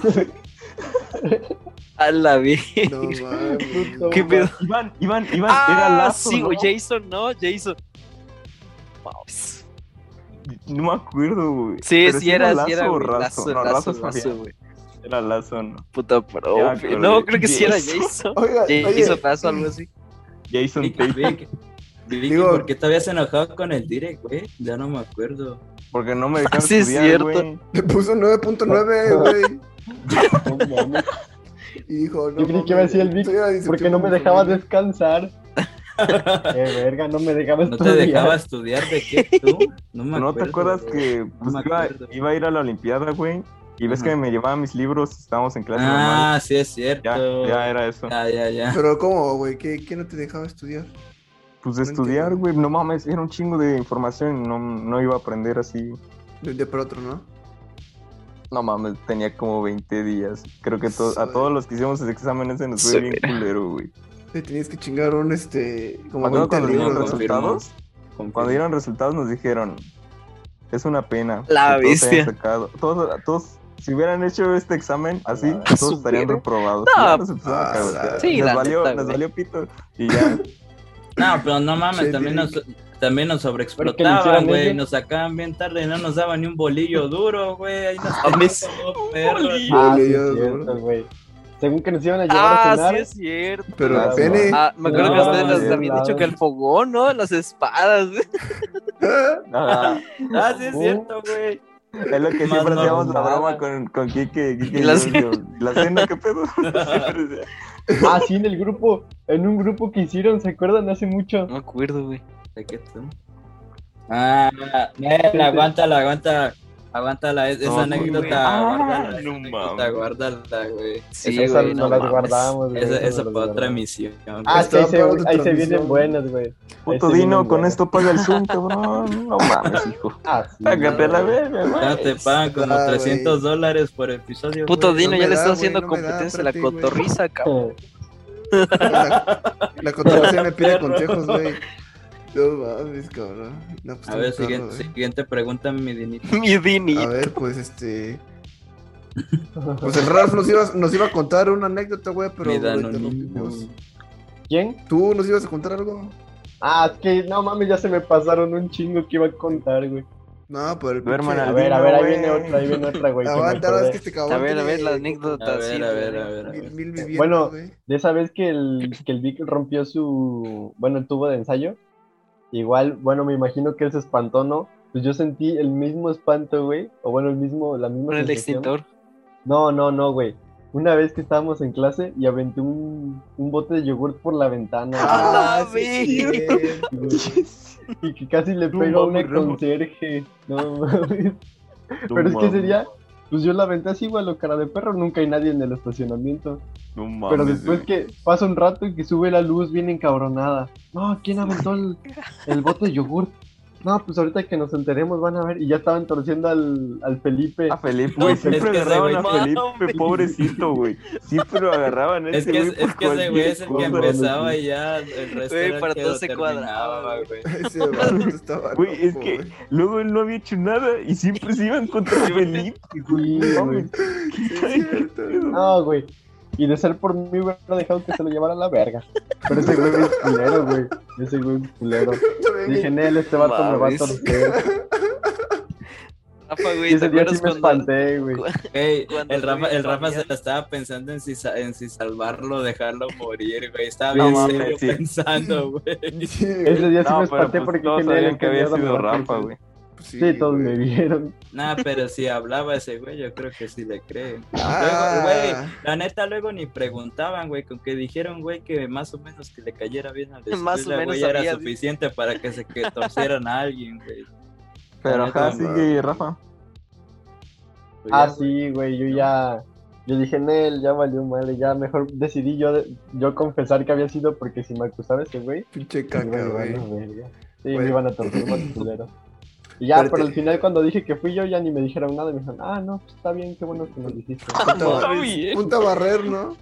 D: güey.
F: A la vi.
A: No mames.
B: Puto.
F: ¿Qué pedo?
E: Iván, Iván, Iván, era
F: Ah,
E: Lazo,
F: sí,
E: ¿no?
F: güey, Jason, ¿no? Jason. Mames.
E: No me acuerdo, güey.
F: Sí,
E: Pero
F: sí era,
E: Lazo
F: sí era,
E: o
F: güey,
E: Razo.
F: Lazo,
E: No,
F: Lazo,
E: Razo es
F: Lazo,
E: Fabián.
F: güey.
E: Era Lazo, ¿no?
F: Puta profe.
E: acordé.
F: No, creo que sí era [LAUGHS]
E: Jason.
F: Jason.
A: Oiga,
F: Jason
A: oye,
F: Razo, algo así.
E: Jason
D: Vic,
E: Tate.
D: Vic. Vic,
A: Digo-
D: ¿por qué te habías enojado con el Direct, güey? Ya no me
E: [LAUGHS]
D: acuerdo.
F: [LAUGHS]
E: Porque no me dejaron
F: Sí, es
E: estudiar,
F: cierto.
E: güey.
A: le puso
B: [LAUGHS]
A: 9.9, güey.
B: No mames.
A: Y dijo, no.
B: Yo creí que iba a decir el Vic, Porque no me dejaba
F: [LAUGHS]
B: descansar. Qué verga, no me dejaba
D: ¿No te
B: estudiar.
D: dejaba estudiar de qué tú? No me acuerdo.
E: ¿No te acuerdas
D: güey.
E: que pues,
D: me
E: iba,
D: acuerdo.
E: iba a ir a la Olimpiada, güey? Y ves
D: Ajá.
E: que me llevaba mis libros, estábamos en clase normal.
D: Ah, sí, es
E: Ya,
D: cierto.
E: ya era eso.
D: Ya, ya, ya.
A: Pero, ¿cómo, güey? ¿Qué, ¿Qué no te dejaba estudiar?
E: Pues
A: no
E: estudiar,
A: entiendo.
E: güey, no mames, era un chingo de información, no, no iba a aprender así.
A: De un día para otro, ¿no?
E: No mames, tenía como 20 días. Creo que to-
A: Sí.
E: a todos los que hicimos esos exámenes se nos
F: Sí,
E: fue bien culero, güey.
A: Te tenías que chingar un, este, como
E: Me
A: 20
E: acuerdo cuando dieron
A: libros.
D: confirmo.
E: resultados,
D: Confirmo.
E: Cuando dieron resultados nos dijeron, es una pena.
F: La
E: que todos se hayan
F: bestia.
E: sacado". Todos, todos, si hubieran hecho este examen así,
B: Ah,
E: todos
F: su
E: estarían
F: verga.
E: reprobados.
F: No,
E: Ya nos empezaron a
A: ah,
E: cagotear.
F: sí, la
E: nos, valió,
F: neta,
E: nos
F: güey.
E: valió pito. Y ya,
D: No, pero no
A: Che,
D: mames, también nos, también nos
B: Porque
D: sobreexplotaban,
B: le
D: güey.
B: hicieron
D: Nos sacaban bien tarde y no nos daban ni un bolillo duro, güey. Ahí nos
F: Mames.
D: tenían como perros.
B: [LAUGHS]
F: bolillo.
B: Ah, sí,
A: Yo-
B: cierto, güey. Según que nos iban a llevar a
F: Ah,
B: cenar.
F: sí es cierto.
A: Pero
B: Ah,
A: el pene.
F: Ah, me acuerdo que
B: No,
F: ustedes nos
B: no,
F: habían
B: no.
F: dicho que el fogón, ¿no? Las espadas.
E: Ah,
D: Ah, sí es
B: Oh.
D: cierto, güey.
E: es lo que
G: Más
E: siempre hacíamos la
B: normal.
E: broma con, con Kike. Kike
F: La
E: la,
F: cena.
E: la cena, ¿qué pedo? Siempre decía,
B: Ah, sí, en el grupo, en un grupo que hicieron, ¿se acuerdan? Hace mucho.
F: No me acuerdo, güey.
D: ¿De qué tú? Ah, Nel, aguántala, aguanta. Aguántala, es- esa
E: No,
D: anécdota,
E: güey.
D: guárdala,
E: Ah,
D: esa
E: no
D: anécdota,
E: mames.
D: guárdala, güey.
F: Sí,
D: Esa-
B: Esas
F: güey,
B: no,
F: no
B: las
F: mames.
B: guardamos, güey.
D: Esa,
B: esas no las
D: esa para otra
B: guardamos.
D: misión.
B: Ah, es que ahí
A: Estaba para
B: se,
A: otra
B: ahí se vienen
A: transmisión.
B: buenas, güey.
E: Puto
B: Ahí se
E: Dino,
B: vienen
E: con
B: buenas.
E: esto paga el Zoom, cabrón. No mames,
B: [LAUGHS]
E: hijo.
B: Ah, sí,
E: Sácate a la
B: güey.
E: verga,
D: Ya
E: güey.
D: te pagan como
A: Ah, güey.
D: 300 dólares por episodio.
F: Puto
D: güey.
F: Dino,
A: me
F: ya le
A: da,
F: está
A: güey,
F: haciendo
A: no me da,
F: competencia a la
A: espérate, güey.
F: cotorriza, cabrón. [LAUGHS]
A: La, la contratación me pide consejos, güey. No mames, cabrón. No, pues,
D: A ver,
A: está muy
D: siguiente,
A: perro,
D: siguiente pregunta, mi Dinito.
F: Mi Dini.
A: güey. A ver, pues este. Pues el Ralph nos iba, nos iba a contar una anécdota, güey, pero
D: Mi
A: lo
D: Danonino.
A: interrumpimos.
B: ¿Quién?
A: ¿Tú nos ibas a contar algo?
B: Ah, es que no mames, ya se me pasaron un chingo que iba a contar, güey.
A: No, por el
E: Duerman
A: pinche-
B: A
E: al-
B: ver, a ver, ahí
E: güey.
B: viene otra, ahí viene otra, güey. que me
A: Pues Aguanta, ahora es que
B: acordé.
A: este cabrón.
F: A ver, a
A: tiene
F: ver, la anécdota.
D: A ver,
F: sí,
D: a ver,
F: güey.
D: a ver, a ver.
A: Mil, mil viviendas,
B: Bueno, [LAUGHS]
A: güey.
B: De esa vez que el, que el Vic rompió su, bueno, el tubo de ensayo, igual, bueno, me imagino que él se espantó, ¿no? Pues yo sentí el mismo espanto, güey, o bueno, el mismo, la misma
F: Con el
B: sensación.
F: extintor.
B: No, no, no, güey. Una vez que estábamos en clase y aventé un, un bote de yogurt por la ventana. ah,
F: ¡A la
A: sí, sí,
F: verga!
A: sí.
B: güey, Y que casi le
E: No
B: pegó a
E: mames,
B: una
E: Rambo.
B: conserje. No [LAUGHS] mames.
E: No
B: Pero es que
E: mames,
B: ese día, pues yo la aventé así, güey, a lo cara de perro. Nunca hay nadie en el estacionamiento.
E: No mames.
B: Pero después
F: eh.
E: güey.
B: que pasa un rato y que sube la luz bien encabronada. No, ¿quién aventó
E: [LAUGHS]
B: el, el bote de yogurt? No, pues ahorita que nos enteremos van a ver. Y ya estaban torciendo al, al Felipe.
E: [LAUGHS] A Felipe,
D: No,
E: güey,
D: es
E: siempre
D: que ese
E: agarraban a
D: güey-
E: Felipe, pobrecito, güey. Siempre lo agarraban a
D: Es
E: ese
D: que,
E: güey.
D: es, es
E: por
D: que ese güey es el que
E: cualquier cosa.
D: empezaba y ya el resto
F: Güey,
D: era el
F: para
D: que
F: todos
D: lo
F: se
D: terminaba,
F: cuadraba,
D: güey.
A: [LAUGHS] Ese vato estaba
E: Güey, es
A: loco,
B: [LAUGHS]
E: que-
A: güey.
E: Luego él no había hecho nada y siempre se iban contra Felipe,
B: Sí,
E: güey.
B: güey.
E: No mames.
A: Sí, es cierto.
B: No, güey. Y de ser por mí hubiera dejado que se lo llevara a la verga. Pero ese güey es culero, güey. Ese güey es culero.
E: [LAUGHS]
B: Dije, Nel, este vato me va a
F: Mames.
B: torcer.
F: Rafa,
B: Y
F: [LAUGHS] güey, ¿te
B: ese día sí
F: acuerdas
B: me
F: cuando,
B: espanté, güey.
D: Ey,
F: Cuando
D: el Rafa,
F: fui
D: el Rafa se
F: familiar.
D: la estaba pensando en si, sa- en si salvarlo, dejarlo morir, güey. Estaba
E: No
D: bien
E: mames,
D: serio
E: sí. [LAUGHS]
D: pensando, güey.
A: Sí,
B: Ese día sí
E: No,
B: me
E: pero
B: espanté
E: pues
B: porque
E: todos
B: dije, "Nel,
E: sabían
B: este
E: que había
B: mierda me
E: sido
B: va a
E: Rafa,
B: torcer".
E: güey.
B: Sí, todos
A: pues güey.
B: me vieron.
D: Nah, pero si hablaba ese güey, yo creo que sí le cree.
A: Ah,
D: Luego, güey, La neta, luego ni preguntaban, güey, con que dijeron, güey, que más o menos que le cayera bien a la
F: Más o
D: escuela,
F: menos
D: güey, era
F: sabía, sí.
D: suficiente para que se que torcieran a alguien, güey.
E: Pero ajá,
A: No,
E: sigue Rafa.
D: Pues
B: Ah,
D: ya,
B: sí, güey, yo ya. Yo dije, Nel, ya valió madre, ya mejor decidí yo, yo confesar que había sido porque si me acusaba ese güey,
A: Pinche
B: me iban a
A: caca, güey.
B: llevar la verga. Sí, me
A: Güey.
B: iban a torcer más culero. Y ya,
A: Pero
B: pero
A: te-
B: al final cuando dije que fui yo, ya ni me dijeron nada, me dijeron, ah, no, pues está bien, qué bueno que me dijiste.
A: Punta,
F: Está
A: barrer-
F: bien.
A: punta barrer, ¿no?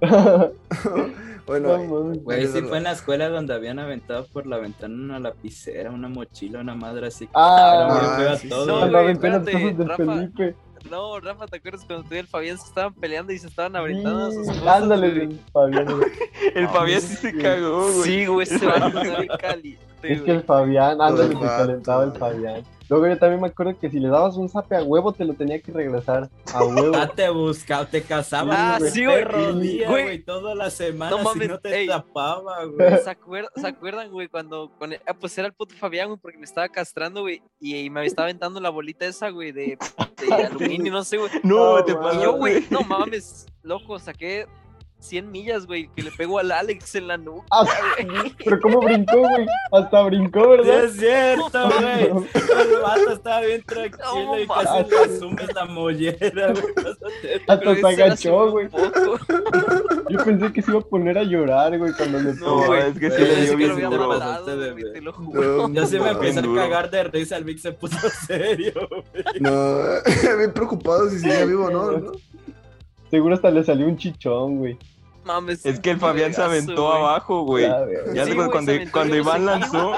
A: [LAUGHS]
B: No
A: bueno,
B: mames.
D: Güey, sí
A: Perdón.
D: fue en la escuela donde habían aventado por la ventana una lapicera, una mochila, una madre así. Era muy
B: Ah,
A: Ah,
D: feo a
A: sí,
D: todo.
F: No,
B: no,
D: güey.
F: güey,
B: no, apenas
F: espérate,
B: cosas de
F: Rafa.
B: Felipe.
F: No, Rafa, ¿te acuerdas cuando tú y el Fabián se estaban peleando y se estaban aventando sus
B: Sí,
F: cosas?
B: Mm, Ándale,
F: güey?
B: Fabián. güey.
E: El Fabián sí se cagó, güey.
F: Sí, güey, se
E: [LAUGHS]
F: va a caliente,
B: Es que
F: güey.
B: el Fabián, ándale, se
A: vato,
B: calentaba el
A: güey.
B: Fabián. Luego yo también me acuerdo que si le dabas un zape a huevo, te lo tenía que regresar. A huevo.
F: [LAUGHS]
D: Ah, te buscaba, te cazaban
F: Ah,
D: güey,
F: sí, güey.
D: perro día,
F: Güey.
D: güey, toda la semana,
F: No
D: si
F: mames,
D: no te
F: ey.
D: tapaba, güey.
F: ¿Se, acuer- se acuerdan, güey, cuando... Con el- ah, pues era el puto Fabián, güey, porque me estaba castrando, güey, y, y me estaba aventando la bolita esa, güey, de,
E: [LAUGHS]
F: de aluminio, no sé, güey.
E: No,
B: No,
E: te
B: güey.
E: pasó.
F: Y yo, güey, no mames, loco, saqué 100 millas, güey, que le pego al Alex en la nuca.
B: Ah, Pero cómo brincó, güey. Hasta brincó,
D: Sí,
B: ¿verdad?
D: es cierto, güey. El vato estaba bien tranquilo
F: No
D: y casi
B: mames.
D: le asumes la mollera, güey.
B: Hasta se
F: ese era así
B: agachó,
F: un
B: güey.
F: poco.
B: Yo pensé que se iba a poner a llorar, güey, cuando le
F: No,
B: pegó.
E: No,
F: güey.
E: es que sí
D: Güey,
E: le
D: es
E: dio
D: que
E: bien
D: lo había
E: duro.
D: matado.
F: güey, te lo juro.
A: No,
D: Yo sí me empecé a
E: duro.
D: cagar de risa, el Vic se puso [LAUGHS] serio, güey.
A: No, [LAUGHS] bien preocupado si sigue vivo o no. ¿no?
B: Seguro hasta le salió un chichón, güey.
F: Mames.
E: Es que el Fabián se
F: vergazo,
E: aventó
F: güey.
E: abajo, güey.
B: Ya,
E: [LAUGHS]
B: güey.
E: Ya
F: Sí,
E: sé
F: güey,
E: cuando,
F: se aventó
E: cuando
F: y luego
E: Iván
F: se
E: lanzó.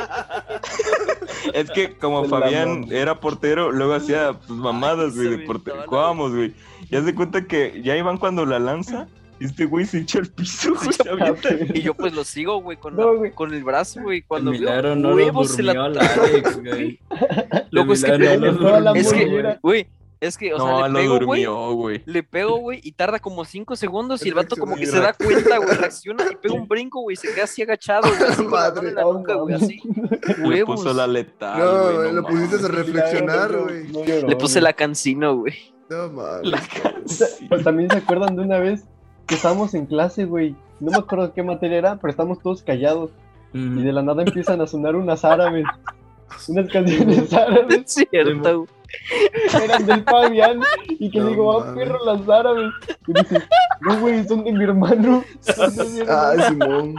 E: es que como
B: Se la
E: Fabián
B: mamó.
E: era portero, luego hacía sus mamadas,
F: se
E: güey, de
F: aventó
E: portero.
F: la-
E: Jugábamos, güey. Ya se cuenta que ya Iván cuando la lanza, este güey se echa al
F: [LAUGHS]
E: piso, güey. se avienta.
F: Y yo pues lo sigo, güey, con,
B: No,
F: la-
B: güey.
F: con el brazo, güey. Cuando
D: el
F: veo
D: milagro no lo
F: huevos en
D: durmió
F: la...
D: al Alex, güey.
F: Loco, es que-
D: El milagro no lo
B: Toda la
D: durmió,
F: Es que-
D: güey.
B: mollera.
F: Güey, Es que, o
E: no,
F: sea, le
E: lo
F: pego, güey.
E: durmió, güey.
F: Le pego, güey, y tarda como 5 segundos y el vato como que se da
A: Reacciona
F: cuenta, güey, reacciona y pega un brinco, güey, y se queda así agachado, güey, así con la mano en la
B: Madre,
F: nuca,
B: no
F: güey,
B: mames.
F: así.
E: Le
F: Huevos.
E: puso la letal,
A: No,
E: güey.
A: lo
E: mames.
A: pusiste a reflexionar, güey.
B: No lloró,
F: Le puse
B: güey.
F: la cancino, güey.
A: No mames.
B: [LAUGHS]
E: La canción.
B: Pues también se acuerdan de una vez que estábamos en clase, güey. No me acuerdo qué materia era, pero estamos todos callados. Y de la nada empiezan a sonar unas árabes. Unas canciones árabes.
F: [LAUGHS] Es cierto, güey.
B: Eran del Fabián. Y que
A: No
B: digo, ah,
A: mames.
B: perro, las árabes. Y dice, no, güey, son de mi hermano. Son de mi hermano.
A: Ay, Ah, Simón.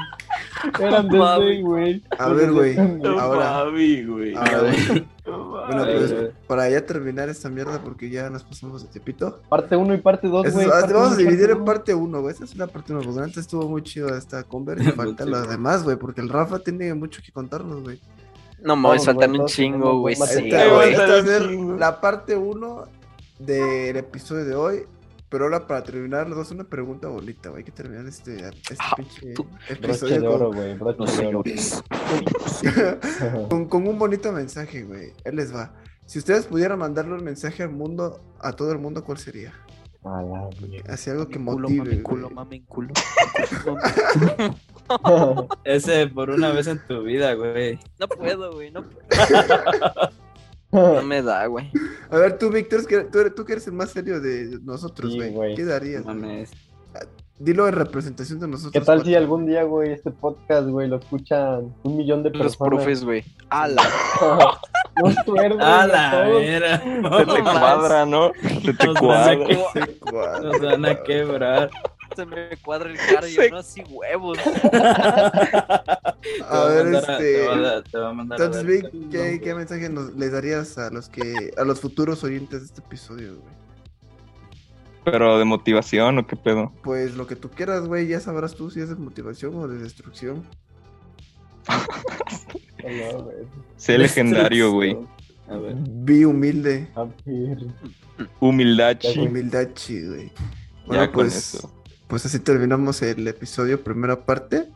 B: Eran de ese,
F: Mames.
B: güey.
A: A ver, güey.
E: No,
A: Ahora. Ah,
E: mami, güey.
A: Ahora, bueno,
E: No,
A: bueno,
E: mami.
A: pues, para ya terminar esta mierda, porque ya nos pasamos de Tepito.
B: Parte 1 y parte 2,
A: Eso-
B: Pues, güey.
A: ah,
B: parte
A: vamos a
B: uno y
A: dividir en
B: uno.
A: parte 1, güey. Esta es la parte 1, porque antes estuvo muy chida esta conversa. Faltan las demás, güey, porque el Rafa tiene mucho que contarnos, güey.
F: No
B: Vamos,
F: mames, faltan
B: güey,
F: un
B: todos
F: chingo,
B: tenemos
F: güey.
B: buen
F: Sí,
A: Esta,
E: güey.
A: güey,
F: güey.
A: esta va a ser
E: Sí, güey.
A: la parte 1 del episodio de hoy. Pero ahora para terminar, les voy a hacer una pregunta bonita, güey. Hay que terminar este, este
F: Ah,
A: pinche
F: tú-
B: Broche
A: episodio
B: de
A: con-
B: oro, güey. Broche
F: No
B: de
F: sé,
B: oro.
F: güey.
A: con, con un bonito mensaje, güey. Él les va. Si ustedes pudieran mandarle un mensaje al mundo, a todo el mundo, ¿cuál sería?
B: A la mierda.
A: Así algo que
D: Mami, culo,
A: motive.
D: mami, culo,
A: güey.
D: mami, culo, mami, culo. Ese por una vez en tu vida, güey.
F: No puedo, güey, no puedo. No me da, güey.
A: A ver, tú, Víctor, es que- tú, eres- tú que eres el más serio de nosotros,
B: Sí,
A: güey.
B: güey.
A: ¿Qué
D: No
A: darías? güey?
D: mames.
A: Dilo en representación de nosotros.
B: ¿Qué tal si
A: cuatro.
B: algún día, güey, este podcast, güey, lo escuchan un millón de
F: Los
B: personas?
F: profes, güey. ¡Hala!
B: Los tuerdos,
D: A
B: güey,
D: la
A: [LAUGHS]
B: todos.
D: vera.
E: Se
F: No
E: te
F: más.
E: cuadra, ¿no? Se te
D: Nos van a
E: cuadra.
D: que-
A: Cuatro. [LAUGHS]
D: [LAUGHS] nos van a quebrar.
F: [LAUGHS] Se me cuadra el cardio,
E: Se-
F: no así huevos.
A: A ver,
D: Te va a
A: este.
D: mandar a- te va a mandar a
A: Entonces,
D: la-
A: Vic, ¿qué, qué mensaje nos, les darías a los que a los futuros oyentes de este episodio, güey?
E: Pero de motivación o qué pedo.
A: Pues lo que tú quieras, güey, ya sabrás tú si es de motivación o de destrucción.
B: No, güey.
A: Este
E: Sé legendario, güey.
D: A ver.
A: Vi humilde.
B: A ver.
E: Humildad,
B: Ya,
E: chi.
B: güey.
A: Humildad, chi, güey. Bueno,
E: Ya con
A: pues,
E: eso.
A: pues así terminamos el episodio, primera parte.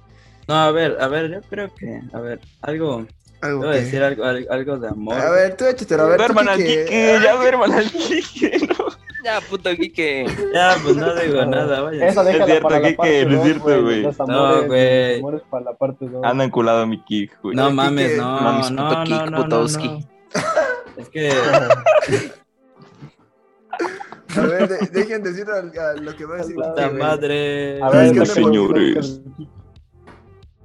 D: No, a ver, a ver, yo creo que, a ver, algo,
A: Algo
D: debo
A: que...
D: decir algo, al- algo de amor.
A: A ver, tú échatelo, a ver. tú
E: Duerman al
A: que-
E: Kike, ya duerman al Kike, ¿no?
F: Ya, puto Quique.
D: Ya, pues no digo nada, vaya.
B: Esa déjala
E: cierto,
B: para la
E: Kike,
B: parte
E: es
B: dos,
E: cierto, güey.
B: Los
D: No,
B: amores,
D: güey.
B: los amores para la parte dos.
E: Anda enculado mi Kike, güey.
D: No
A: Kike.
D: mames, no,
F: Mames,
D: no,
F: puto
D: no,
F: Kik
D: no, no,
F: Potowski.
D: no. Es que,
A: [LAUGHS] A ver, de- dejen decir al- a, lo que va a decir.
B: Puta
A: Kike,
D: puta
A: güey.
D: madre.
B: A ver,
A: Es que
B: esta
E: señores.
B: parte-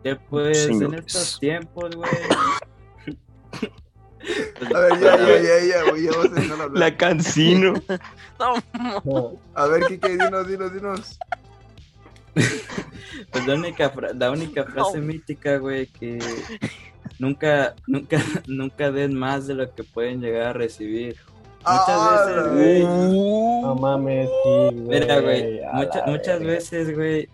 D: Que pues en
E: Señores.
D: estos tiempos, güey. Pues,
A: A ver, ya, ya, ya, ya, güey, ya vas a dejar hablar.
E: La cancino.
B: No,
A: A ver, Kike, dinos, dinos, dinos.
D: Pues la única, fra- la única frase
F: No.
D: mítica, güey, que nunca, nunca, [LAUGHS] nunca den más de lo que pueden llegar a recibir.
A: Ah,
D: Muchas veces,
A: la
D: güey.
F: Uh.
B: no mames, sí, güey.
D: Mira, güey,
B: a
D: mucha-
B: la
D: muchas
B: verga.
D: veces, güey,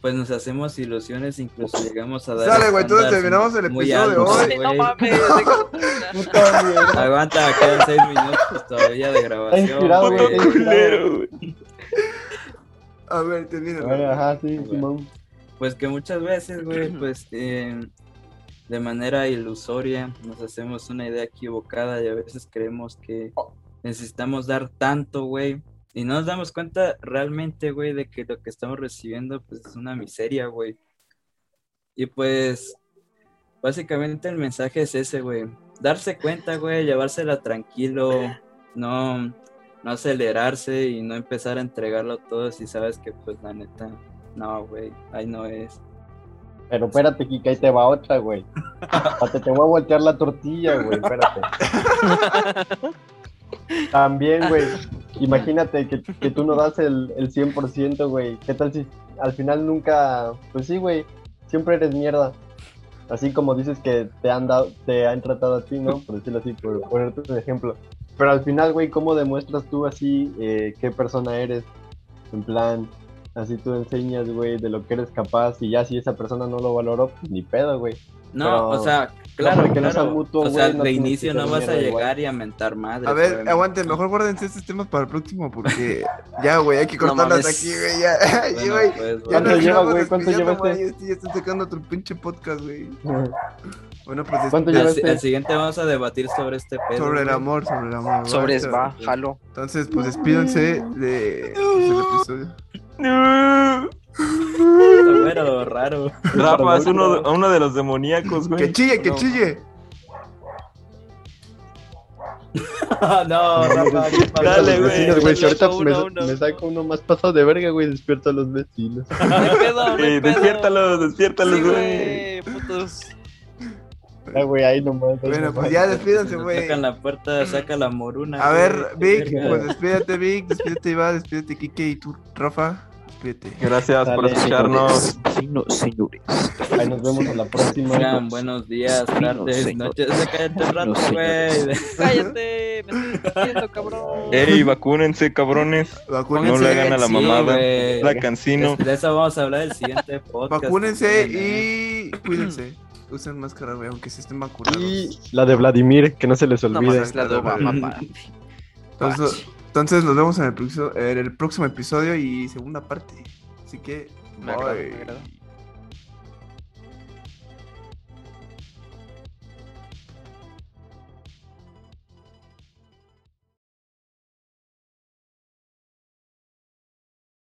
D: pues nos hacemos ilusiones, incluso llegamos a dar.
A: Sale, güey, entonces
D: estándares
A: terminamos el
D: muy
A: episodio de
D: altos,
A: hoy.
F: Sí, no
D: güey.
F: mames. déjame-
B: Puta
D: [LAUGHS]
B: mierda.
D: Aguanta, quedan seis minutos todavía de grabación.
B: inspirado,
D: güey.
E: Puto
B: güey.
E: culero, güey.
A: A ver, termina.
B: Bueno, ajá, sí,
D: Güey.
B: Simón.
D: Pues que muchas veces, güey, pues eh, de manera ilusoria nos hacemos una idea equivocada y a veces creemos que necesitamos dar tanto, güey. Y no nos damos cuenta realmente, güey, de que lo que estamos recibiendo, pues es una miseria, güey. Y pues, básicamente el mensaje es ese, güey. Darse cuenta, güey, llevársela tranquilo, no, no acelerarse y no empezar a entregarlo todo si sabes que, pues, la neta, no, güey, ahí no es.
B: Pero espérate, Kike, ahí te va otra, güey. Espérate, te voy a voltear la tortilla, güey, espérate. También, güey, imagínate que, que tú no das el, el 100%, güey. ¿Qué tal si al final nunca... Pues sí, güey, siempre eres mierda. Así como dices que te han dado, te han tratado a ti, ¿no? Por decirlo así, por ponerte un ejemplo. Pero al final, güey, ¿cómo demuestras tú así eh, qué persona eres? En plan, Así tú enseñas, güey, de lo que eres capaz y ya si esa persona no lo valoró, pues ni pedo, güey.
D: No,
B: Pero-
D: o sea, claro,
B: porque no
D: claro.
B: sea mutuo,
D: o sea,
B: güey, no
D: de
B: tiene que
D: inicio
B: ser
D: no vas a
B: mierda
D: llegar
B: igual.
D: y a mentar madre.
A: A ver, aguanten, mejor guárdense estos temas para el próximo porque ya, güey, hay que
F: No
A: cortarlas
F: mames.
A: aquí, güey. Ya, [LAUGHS] Y, güey, ya
D: pues,
B: ¿Cuánto
A: nos
B: lleva,
A: estamos
B: güey? ¿Cuánto
A: despidiendo,
B: lleva este?
A: güey,
B: [LAUGHS]
A: este Ya están sacando otro pinche podcast, güey. Bueno, pues des-
B: ¿Cuánto
A: des-
B: llevas?
D: Al, al siguiente vamos a debatir sobre este pedo.
A: sobre el
D: güey.
A: amor, sobre el amor.
F: Sobre
A: ¿verdad?
F: va, jalo.
A: Entonces, pues despídanse de pues, el episodio.
D: Está bueno, raro. [LAUGHS]
E: Rafa es uno, de- uno de los demoníacos, güey.
A: Que chille, que
E: No.
A: chille.
D: pues, no,
B: [LAUGHS]
D: Rafa, ¿qué pasó?
F: Dale,
B: los
F: güey.
B: vecinos, güey. Si ahorita
F: Uno,
B: me,
F: uno.
B: me saco uno más pasado de verga, güey, despierto a los vecinos.
F: No hay pedo, no hay
E: Eh,
F: pedo.
E: despiértalos, despiértalos,
F: Sí,
E: güey.
F: güey, putos.
B: Ah, güey, ahí nomás. ahí
A: Bueno,
B: nomás.
A: pues ya despídanse,
D: Cuando
A: güey.
D: Tocan la puerta, saca la moruna.
A: A
D: güey.
A: ver, Vic,
D: Verga.
A: pues despídate, Vic. Despídete, Iván. Despídete, Kike. Y tú, Rafa. Despídete.
E: Gracias por
B: Dale.
E: escucharnos.
B: Ahí nos vemos a la próxima.
D: Oigan, buenos días, tardes, noches. Ya Cállate un rato, güey. [LAUGHS]
F: Cállate, me estoy despidiendo, cabrón.
E: Ey, vacúnense, cabrones.
A: Vacúnense.
E: No le hagan a la
D: Sí,
E: mamada.
D: güey.
E: La cancino.
D: De eso vamos a hablar el siguiente podcast.
A: Vacúnense y cuídense. Usen máscara, güey, aunque se estén vacunados.
B: Y la de Vladimir, que no se les
F: No
B: olvide.
F: mames, la de Obama, pa.
A: Entonces, entonces nos vemos en el, proxi- en el próximo episodio y segunda parte. Así que,
F: Me agrada,
A: bye.
F: me agrada.